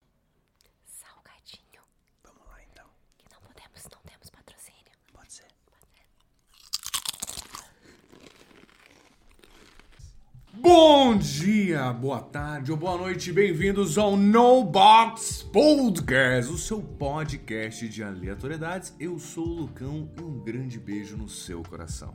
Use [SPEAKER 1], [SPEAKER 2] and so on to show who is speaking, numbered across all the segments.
[SPEAKER 1] então. Bom dia, boa tarde ou boa noite, bem-vindos ao No Box Podcast, o seu podcast de aleatoriedades. Eu sou o Lucão e um grande beijo no seu coração.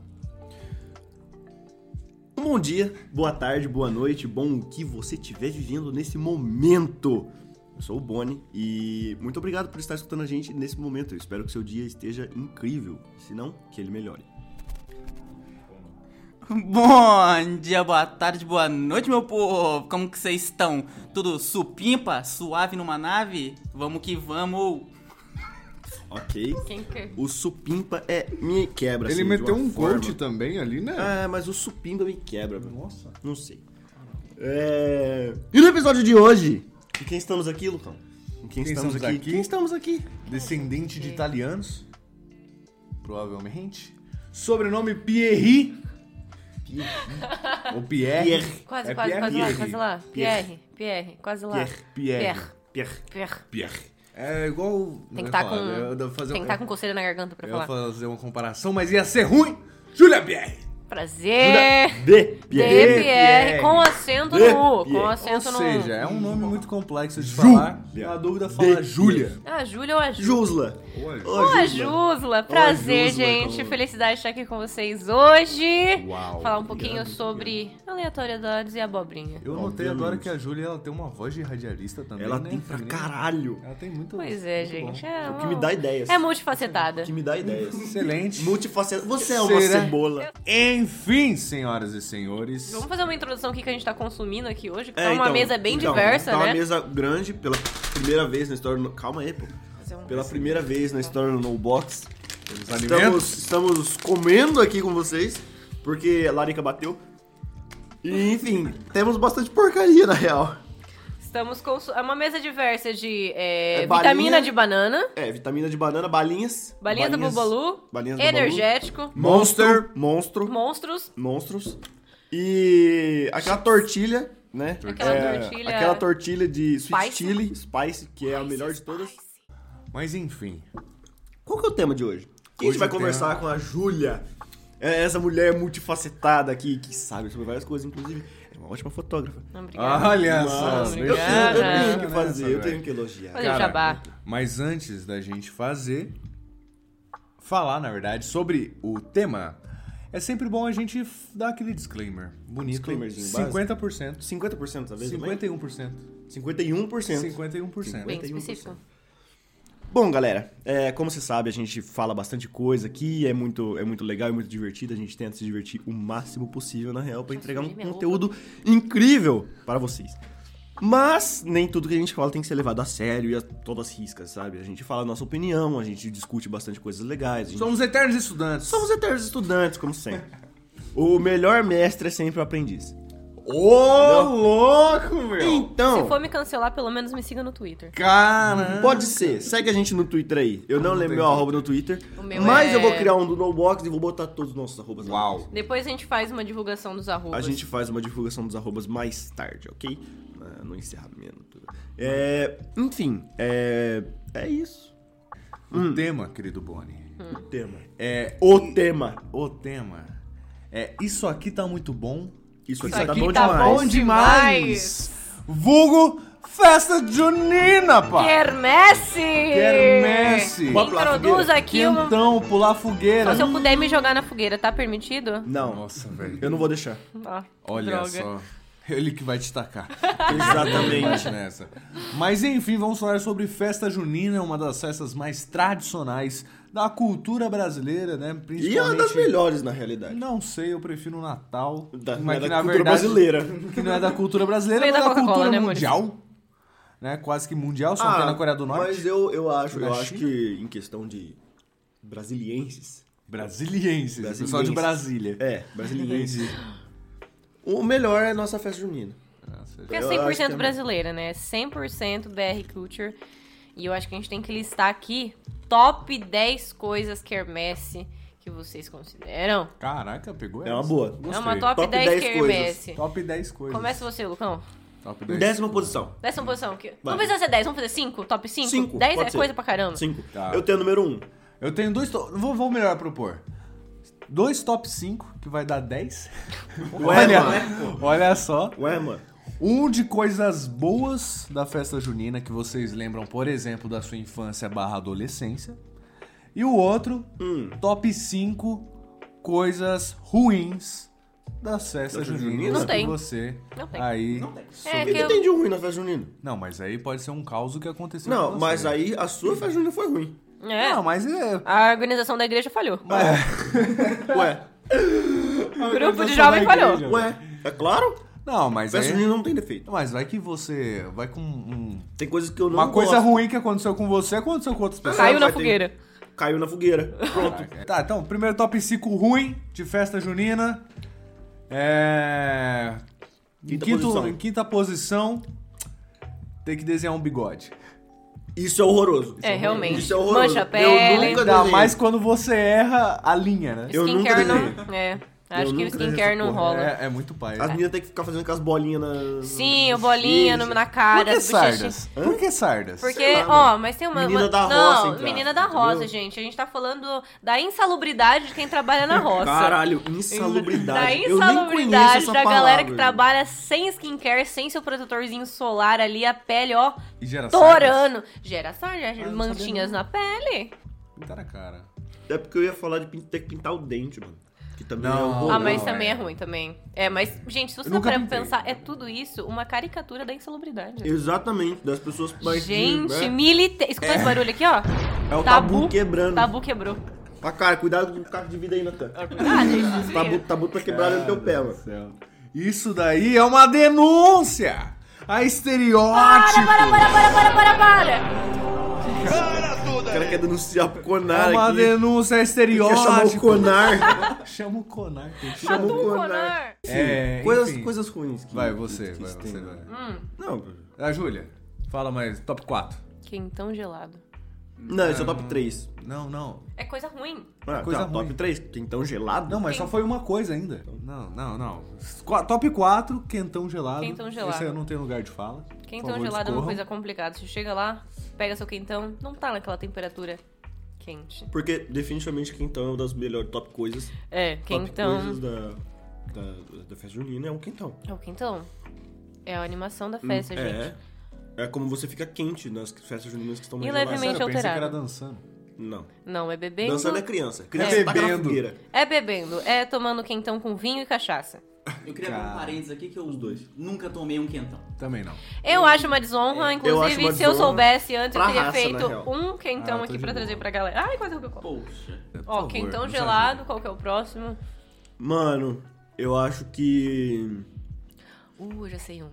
[SPEAKER 2] Um Bom dia, boa tarde, boa noite, bom o que você estiver vivendo nesse momento. Eu sou o Boni e muito obrigado por estar escutando a gente nesse momento. Eu espero que seu dia esteja incrível, se não, que ele melhore.
[SPEAKER 3] Bom dia, boa tarde, boa noite, meu povo! Como que vocês estão? Tudo supimpa, suave numa nave? Vamos que vamos!
[SPEAKER 2] Ok?
[SPEAKER 4] Quem quer?
[SPEAKER 2] O supimpa é me quebra.
[SPEAKER 1] Ele
[SPEAKER 2] assim, de
[SPEAKER 1] meteu
[SPEAKER 2] uma
[SPEAKER 1] um
[SPEAKER 2] forma.
[SPEAKER 1] coach também ali, né?
[SPEAKER 2] Ah, mas o supimpa me quebra, mano.
[SPEAKER 1] Nossa.
[SPEAKER 2] Não sei. É... E no episódio de hoje? Com quem estamos aqui, Lucão? Com quem, estamos, aqui? Quem estamos aqui?
[SPEAKER 1] Descendente de italianos, provavelmente. Sobrenome Pierre. Ou Pierre.
[SPEAKER 2] Pierre.
[SPEAKER 4] Quase,
[SPEAKER 1] É
[SPEAKER 4] quase,
[SPEAKER 1] Pierre
[SPEAKER 4] quase lá,
[SPEAKER 1] Pierre.
[SPEAKER 4] quase lá. Pierre, Pierre, quase lá.
[SPEAKER 2] Pierre,
[SPEAKER 4] Pierre.
[SPEAKER 2] Pierre.
[SPEAKER 4] Pierre.
[SPEAKER 1] Pierre. É igual.
[SPEAKER 4] Tem que
[SPEAKER 1] eu ia
[SPEAKER 4] estar
[SPEAKER 1] falar,
[SPEAKER 4] com,
[SPEAKER 1] eu devo fazer
[SPEAKER 4] tem que
[SPEAKER 1] um-
[SPEAKER 4] tá com coceira na garganta pra
[SPEAKER 1] Eu ia
[SPEAKER 4] falar.
[SPEAKER 1] fazer uma comparação, mas ia ser ruim. Júlia Pierre.
[SPEAKER 4] Prazer!
[SPEAKER 2] De
[SPEAKER 4] De
[SPEAKER 2] Pierre.
[SPEAKER 4] Pierre, com acento
[SPEAKER 2] De
[SPEAKER 4] no U, com
[SPEAKER 2] Pierre.
[SPEAKER 1] Ou
[SPEAKER 4] acento no
[SPEAKER 1] seja,
[SPEAKER 4] U.
[SPEAKER 1] é um nome muito complexo de
[SPEAKER 2] Júlia.
[SPEAKER 1] falar. Na dúvida, fala
[SPEAKER 2] De
[SPEAKER 1] Júlia.
[SPEAKER 2] Pierre.
[SPEAKER 4] Ah, Júlia ou a Júlia?
[SPEAKER 2] Jusla.
[SPEAKER 1] Olha.
[SPEAKER 2] Ô,
[SPEAKER 4] Ô, Jusla, prazer,
[SPEAKER 2] Jusla,
[SPEAKER 4] gente.
[SPEAKER 2] como-
[SPEAKER 4] Felicidade de estar aqui com vocês hoje.
[SPEAKER 1] Uau.
[SPEAKER 4] Falar um pouquinho
[SPEAKER 2] obrigado,
[SPEAKER 4] sobre aleatoriedades e abobrinha.
[SPEAKER 1] Eu notei
[SPEAKER 2] Obviamente.
[SPEAKER 1] agora que a Júlia ela tem uma voz de radialista também.
[SPEAKER 2] Ela
[SPEAKER 1] né,
[SPEAKER 2] tem pra
[SPEAKER 1] feminina?
[SPEAKER 2] caralho.
[SPEAKER 1] Ela tem muito.
[SPEAKER 4] Pois é,
[SPEAKER 1] muito bom.
[SPEAKER 4] gente. É,
[SPEAKER 2] O que me dá ideias.
[SPEAKER 4] é multifacetada.
[SPEAKER 2] O que me dá ideias.
[SPEAKER 1] Excelente.
[SPEAKER 2] Multifacetada. Você é uma
[SPEAKER 1] É. Será?
[SPEAKER 2] cebola.
[SPEAKER 1] Enfim, senhoras e senhores.
[SPEAKER 4] Vamos fazer uma introdução aqui que a gente tá consumindo aqui hoje, que
[SPEAKER 2] É,
[SPEAKER 4] tá uma
[SPEAKER 2] então,
[SPEAKER 4] mesa bem
[SPEAKER 2] então,
[SPEAKER 4] diversa,
[SPEAKER 2] tá
[SPEAKER 4] né?
[SPEAKER 2] uma mesa grande pela primeira vez na história. do- Calma aí, pô.
[SPEAKER 4] um
[SPEAKER 2] Pela
[SPEAKER 4] assim.
[SPEAKER 2] primeira vez na história do No Box.
[SPEAKER 1] Temos alimentos.
[SPEAKER 2] Estamos, estamos comendo aqui com vocês, porque a Larica bateu. E, enfim, temos bastante porcaria, na real.
[SPEAKER 4] Estamos com su- é uma mesa diversa de é,
[SPEAKER 2] É balinha.
[SPEAKER 4] vitamina de banana,
[SPEAKER 2] É, vitamina de banana, balinhas.
[SPEAKER 4] balinha do Bubalu,
[SPEAKER 2] Balinhas do
[SPEAKER 4] energético,
[SPEAKER 2] Bubalu, Monster. Monstro.
[SPEAKER 4] monstros,
[SPEAKER 2] monstros. E aquela tortilha, né?
[SPEAKER 4] Aquela tortilha-
[SPEAKER 2] Aquela tortilha de sweet
[SPEAKER 4] Spice.
[SPEAKER 2] chili, spice, que é a melhor de todas.
[SPEAKER 1] Mas enfim.
[SPEAKER 2] Qual que é o tema de hoje? Quem a
[SPEAKER 1] Hoje
[SPEAKER 2] gente vai
[SPEAKER 1] o tema-
[SPEAKER 2] conversar com a Júlia? É essa mulher multifacetada aqui, que sabe sobre várias coisas, inclusive. É uma ótima fotógrafa.
[SPEAKER 4] Não, obrigada.
[SPEAKER 1] Ah, Olha só.
[SPEAKER 2] Nossa, eu, eu
[SPEAKER 4] obrigada.
[SPEAKER 2] tenho que fazer, eu tenho que elogiar.
[SPEAKER 4] Fazer o jabá.
[SPEAKER 1] Mas antes da gente fazer, falar na verdade sobre o tema, é sempre bom a gente f- dar aquele disclaimer bonito.
[SPEAKER 2] Disclaimerzinho
[SPEAKER 1] 50%,
[SPEAKER 2] 50% da vez também?
[SPEAKER 1] 51%,
[SPEAKER 2] 51%.
[SPEAKER 1] 51%.
[SPEAKER 4] Bem específico.
[SPEAKER 2] Bom, galera, é, como você sabe, a gente fala bastante coisa aqui, é muito, é muito legal, é muito divertido, a gente tenta se divertir o máximo possível, na real, pra entregar um
[SPEAKER 4] sujei minha
[SPEAKER 2] conteúdo incrível para vocês. Mas nem tudo que a gente fala tem que ser levado a sério e a todas riscas, sabe? A gente fala a nossa opinião, a gente discute bastante coisas legais, a gente...
[SPEAKER 1] Somos eternos estudantes.
[SPEAKER 2] somos eternos estudantes, como sempre. O melhor mestre é sempre o aprendiz.
[SPEAKER 1] Ô, louco, meu!
[SPEAKER 4] Se
[SPEAKER 2] Então,
[SPEAKER 4] for me cancelar, pelo menos me siga no Twitter.
[SPEAKER 1] Cara,
[SPEAKER 2] Pode ser, segue a gente no Twitter aí. Eu não, lembro
[SPEAKER 1] tem
[SPEAKER 2] meu arroba no Twitter,
[SPEAKER 4] O meu
[SPEAKER 2] mas
[SPEAKER 4] é-
[SPEAKER 2] eu vou criar um do NoBox e vou botar todos os nossos arrobas lá.
[SPEAKER 1] Uau.
[SPEAKER 4] Depois a gente faz uma divulgação dos arrobas.
[SPEAKER 2] A gente faz uma divulgação dos arrobas mais tarde, ok? Ah, No encerramento. É, enfim, é, é isso.
[SPEAKER 1] O
[SPEAKER 2] Hum.
[SPEAKER 1] tema, querido Boni,
[SPEAKER 2] O
[SPEAKER 4] Hum.
[SPEAKER 2] tema.
[SPEAKER 1] é
[SPEAKER 2] O tema.
[SPEAKER 1] o tema. É isso aqui tá muito bom.
[SPEAKER 2] Isso aqui,
[SPEAKER 4] Isso
[SPEAKER 2] tá
[SPEAKER 4] aqui
[SPEAKER 2] bom
[SPEAKER 4] tá
[SPEAKER 2] demais.
[SPEAKER 4] bom
[SPEAKER 1] demais. Vulgo festa junina, pá.
[SPEAKER 4] Quermesse!
[SPEAKER 1] Quermesse!
[SPEAKER 2] Bota lá a
[SPEAKER 4] Introduz
[SPEAKER 2] fogueira.
[SPEAKER 4] aqui o...
[SPEAKER 1] Então, pular fogueira.
[SPEAKER 4] Só se eu puder me jogar na fogueira, tá permitido?
[SPEAKER 2] Não,
[SPEAKER 1] Nossa, velho.
[SPEAKER 2] eu não vou deixar.
[SPEAKER 4] Ah,
[SPEAKER 1] Olha
[SPEAKER 4] droga.
[SPEAKER 1] só. Ele que vai te tacar. Bate
[SPEAKER 2] Exatamente.
[SPEAKER 1] nessa. Mas enfim, vamos falar sobre festa junina, uma das festas mais tradicionais da cultura brasileira, né? Principalmente.
[SPEAKER 2] E é uma das melhores, na realidade.
[SPEAKER 1] Não sei, eu prefiro o Natal.
[SPEAKER 2] Da,
[SPEAKER 1] mas
[SPEAKER 2] é
[SPEAKER 1] que,
[SPEAKER 2] da
[SPEAKER 1] na
[SPEAKER 2] cultura
[SPEAKER 1] verdade,
[SPEAKER 2] brasileira.
[SPEAKER 1] Que não é da cultura brasileira,
[SPEAKER 4] Veio
[SPEAKER 1] mas é
[SPEAKER 4] da
[SPEAKER 1] da,
[SPEAKER 4] Coca-Cola,
[SPEAKER 1] cultura
[SPEAKER 4] né, Maurício?
[SPEAKER 1] mundial. Né? Quase que mundial, só tem na Coreia do Norte.
[SPEAKER 2] Ah, Mas eu, eu acho,
[SPEAKER 1] Na
[SPEAKER 2] eu acho
[SPEAKER 1] China?
[SPEAKER 2] que em questão de brasilienses.
[SPEAKER 1] Brasilienses, pessoal
[SPEAKER 2] Brasilienses.
[SPEAKER 1] de Brasília.
[SPEAKER 2] É, brasilienses. o melhor é a nossa festa junina.
[SPEAKER 1] Nossa,
[SPEAKER 4] Porque é
[SPEAKER 2] Eu acho que é
[SPEAKER 4] 100%
[SPEAKER 2] mesmo.
[SPEAKER 4] brasileira, né? 100% BR Culture. E eu acho que a gente tem que listar aqui top 10 coisas quermesse que vocês consideram.
[SPEAKER 1] Caraca, pegou
[SPEAKER 2] É uma
[SPEAKER 1] essa.
[SPEAKER 2] boa.
[SPEAKER 1] Gostei.
[SPEAKER 4] É uma top,
[SPEAKER 2] Top
[SPEAKER 4] 10,
[SPEAKER 2] 10
[SPEAKER 4] quermesse.
[SPEAKER 1] Top 10 coisas.
[SPEAKER 4] Começa você, Lucão.
[SPEAKER 1] Top 10.
[SPEAKER 2] Décima posição.
[SPEAKER 4] Décima posição. Que...
[SPEAKER 2] Vai.
[SPEAKER 4] Não precisa ser 10, vamos fazer 5? Top 5?
[SPEAKER 2] Cinco,
[SPEAKER 4] 10
[SPEAKER 2] pode
[SPEAKER 4] é
[SPEAKER 2] ser.
[SPEAKER 4] coisa pra caramba.
[SPEAKER 2] Cinco.
[SPEAKER 1] Tá.
[SPEAKER 2] Eu tenho o número um.
[SPEAKER 1] Eu tenho dois. to- Vou, vou melhor propor. Dois top 5, que vai dar 10.
[SPEAKER 2] Ué,
[SPEAKER 1] olha,
[SPEAKER 2] mano.
[SPEAKER 1] olha só.
[SPEAKER 2] Ué, mano.
[SPEAKER 1] Um de coisas boas da festa junina que vocês lembram, por exemplo, da sua infância barra adolescência. E o outro,
[SPEAKER 2] Hum.
[SPEAKER 1] top 5 coisas ruins das festas
[SPEAKER 2] Festa
[SPEAKER 1] juninas
[SPEAKER 2] junina?
[SPEAKER 4] Não tem.
[SPEAKER 1] que você
[SPEAKER 4] Não tem.
[SPEAKER 1] aí...
[SPEAKER 3] Não tem.
[SPEAKER 4] É
[SPEAKER 2] O que,
[SPEAKER 4] que
[SPEAKER 2] que
[SPEAKER 4] eu-
[SPEAKER 2] tem de ruim na festa junina?
[SPEAKER 1] Não, mas aí pode ser um caos que aconteceu
[SPEAKER 2] Não,
[SPEAKER 1] com
[SPEAKER 2] mas
[SPEAKER 1] você.
[SPEAKER 2] aí a sua festa junina foi ruim.
[SPEAKER 4] É,
[SPEAKER 1] Não, mas é...
[SPEAKER 4] a organização da igreja falhou.
[SPEAKER 2] Ah. Ué,
[SPEAKER 4] O grupo de jovem falhou.
[SPEAKER 2] ué, é claro.
[SPEAKER 1] Não, mas
[SPEAKER 2] Festa
[SPEAKER 1] aí...
[SPEAKER 2] junina não tem defeito.
[SPEAKER 1] Mas vai que você... Vai com um...
[SPEAKER 2] Tem coisas que eu não
[SPEAKER 1] Uma coisa
[SPEAKER 2] gosto.
[SPEAKER 1] ruim que aconteceu com você, aconteceu com outras pessoas.
[SPEAKER 4] Caiu na
[SPEAKER 2] vai ter-
[SPEAKER 4] fogueira.
[SPEAKER 2] Caiu na fogueira. Pronto.
[SPEAKER 1] Tá, então, primeiro top 5 ruim de festa junina. É. em,
[SPEAKER 2] Quinta
[SPEAKER 1] quinto-
[SPEAKER 2] posição.
[SPEAKER 1] em quinta posição, tem que desenhar um bigode.
[SPEAKER 2] Isso é horroroso.
[SPEAKER 4] É, realmente.
[SPEAKER 2] Isso é horroroso.
[SPEAKER 4] Mancha a
[SPEAKER 2] Eu
[SPEAKER 4] pele.
[SPEAKER 2] nunca
[SPEAKER 1] Ainda
[SPEAKER 2] desenhei.
[SPEAKER 1] mais quando você erra a linha, né?
[SPEAKER 2] Eu nunca
[SPEAKER 4] Skincare não. É. Acho
[SPEAKER 2] Eu
[SPEAKER 4] que o
[SPEAKER 2] nunca dei
[SPEAKER 4] skincare
[SPEAKER 2] essa
[SPEAKER 4] não
[SPEAKER 2] porra.
[SPEAKER 4] rola.
[SPEAKER 1] É, é muito pai.
[SPEAKER 2] As meninas têm que ficar fazendo aquelas bolinhas na...
[SPEAKER 4] Sim, o bolinha no, na cara,
[SPEAKER 1] Por que
[SPEAKER 4] as bochechinhas.
[SPEAKER 1] sardas? Por que sardas?
[SPEAKER 4] Porque,
[SPEAKER 2] Sei lá,
[SPEAKER 4] ó,
[SPEAKER 2] mano.
[SPEAKER 4] mas tem uma.
[SPEAKER 2] Menina
[SPEAKER 4] uma-
[SPEAKER 2] da
[SPEAKER 4] não,
[SPEAKER 2] roça, entre
[SPEAKER 4] menina da
[SPEAKER 2] aspas,
[SPEAKER 4] rosa,
[SPEAKER 2] entendeu?
[SPEAKER 4] gente. A gente tá falando da insalubridade de quem trabalha na roça.
[SPEAKER 2] Caralho, insalubridade.
[SPEAKER 4] Da
[SPEAKER 2] Eu nem conheço
[SPEAKER 4] insalubridade
[SPEAKER 2] essa
[SPEAKER 4] da galera que
[SPEAKER 2] palavra.
[SPEAKER 4] trabalha sem skincare, sem seu protetorzinho solar ali, a pele, ó,
[SPEAKER 1] E gera sardas?
[SPEAKER 4] torando. Gera
[SPEAKER 2] Ah,
[SPEAKER 4] sardas,
[SPEAKER 1] não
[SPEAKER 4] mantinhas na pele.
[SPEAKER 1] Tá na cara.
[SPEAKER 2] É porque eu ia falar de pin- ter que pintar o dente, mano. Que também
[SPEAKER 1] Não.
[SPEAKER 2] é horroroso.
[SPEAKER 4] ah, mas
[SPEAKER 1] não,
[SPEAKER 4] também
[SPEAKER 1] é.
[SPEAKER 4] é. ruim também. É, mas, gente, se você
[SPEAKER 1] Eu nunca
[SPEAKER 4] parar pra
[SPEAKER 1] pintei.
[SPEAKER 4] pensar, é tudo isso uma caricatura da insalubridade.
[SPEAKER 2] Exatamente, das pessoas... mais-
[SPEAKER 4] Gente,
[SPEAKER 2] né?
[SPEAKER 4] militei. Escutou esse barulho aqui, ó?
[SPEAKER 2] É o tabu, quebrando.
[SPEAKER 4] Tabu quebrou.
[SPEAKER 2] Ah, cara, cuidado com o carro de vida aí, Natan.
[SPEAKER 4] Ah, gente,
[SPEAKER 2] Tabu, tabu tá quebrado no teu pé,
[SPEAKER 1] Meu
[SPEAKER 2] mano.
[SPEAKER 1] Deus do céu. Isso daí é uma denúncia! A estereótipo!
[SPEAKER 4] Para, para, para, para, para, para!
[SPEAKER 2] O cara quer denunciar pro Conar
[SPEAKER 1] É uma
[SPEAKER 2] aqui.
[SPEAKER 1] denúncia, é
[SPEAKER 2] Quer chamar o
[SPEAKER 1] estereótipo!
[SPEAKER 2] Conar.
[SPEAKER 1] Chama o Conar. Chama
[SPEAKER 2] Chama o
[SPEAKER 4] Matou o
[SPEAKER 2] Conar.
[SPEAKER 4] Conar.
[SPEAKER 1] É,
[SPEAKER 2] Coisas,
[SPEAKER 1] enfim.
[SPEAKER 2] coisas ruins. que-
[SPEAKER 1] Vai, você,
[SPEAKER 2] que
[SPEAKER 1] vai,
[SPEAKER 2] existem,
[SPEAKER 1] você,
[SPEAKER 2] né?
[SPEAKER 1] vai.
[SPEAKER 2] Não,
[SPEAKER 1] A Júlia, fala mais, top 4.
[SPEAKER 4] Quentão gelado.
[SPEAKER 2] não, isso é top 3.
[SPEAKER 1] Não, não.
[SPEAKER 4] É coisa ruim.
[SPEAKER 2] Ah,
[SPEAKER 1] Ah. Coisa
[SPEAKER 2] tá,
[SPEAKER 1] ruim.
[SPEAKER 2] top 3? Quentão gelado?
[SPEAKER 1] Não, mas só foi uma coisa ainda. Não, não, não. Qua- Top 4, quentão gelado.
[SPEAKER 4] Quentão gelado.
[SPEAKER 1] Esse eu não tenho lugar de fala. Por
[SPEAKER 4] Quentão
[SPEAKER 1] favor,
[SPEAKER 4] gelado é uma
[SPEAKER 1] discorram.
[SPEAKER 4] coisa complicada. Você chega lá, pega seu quentão, não tá naquela temperatura quente.
[SPEAKER 2] Porque definitivamente quentão é uma das melhores top coisas.
[SPEAKER 4] É,
[SPEAKER 2] Top
[SPEAKER 4] quentão.
[SPEAKER 2] coisas da, da, da festa junina é um quentão.
[SPEAKER 4] É o quentão. É a animação da festa, gente.
[SPEAKER 2] é. É como você fica quente nas festas juninas que estão
[SPEAKER 4] E
[SPEAKER 2] mais
[SPEAKER 1] Ah, sério,
[SPEAKER 4] levemente-
[SPEAKER 2] geladas.
[SPEAKER 1] eu pensei que era
[SPEAKER 4] alterado.
[SPEAKER 1] dançando.
[SPEAKER 2] Não.
[SPEAKER 4] Não, é bebendo.
[SPEAKER 2] Dançando é criança. Criança
[SPEAKER 1] É
[SPEAKER 2] taca na
[SPEAKER 1] bebendo.
[SPEAKER 2] fogueira.
[SPEAKER 4] É bebendo. É tomando quentão com vinho e cachaça.
[SPEAKER 3] Eu queria abrir um
[SPEAKER 1] Cara.
[SPEAKER 3] parênteses aqui que eu
[SPEAKER 2] Os dois.
[SPEAKER 3] nunca tomei um quentão.
[SPEAKER 1] Também não.
[SPEAKER 4] Eu acho uma desonra, inclusive,
[SPEAKER 2] É, acho uma
[SPEAKER 4] se eu
[SPEAKER 2] desonra
[SPEAKER 4] soubesse antes, eu
[SPEAKER 2] pra
[SPEAKER 4] teria
[SPEAKER 2] raça,
[SPEAKER 4] feito
[SPEAKER 2] na real.
[SPEAKER 4] um quentão
[SPEAKER 1] Ah, tô
[SPEAKER 4] aqui
[SPEAKER 1] de
[SPEAKER 4] pra
[SPEAKER 1] boa.
[SPEAKER 4] trazer pra galera. Ai, quase que eu colo.
[SPEAKER 3] Poxa.
[SPEAKER 1] Por
[SPEAKER 4] Ó,
[SPEAKER 1] favor,
[SPEAKER 4] quentão
[SPEAKER 1] nos
[SPEAKER 4] gelado, qual que é o próximo?
[SPEAKER 2] Mano, eu acho que.
[SPEAKER 4] Uh, já sei um.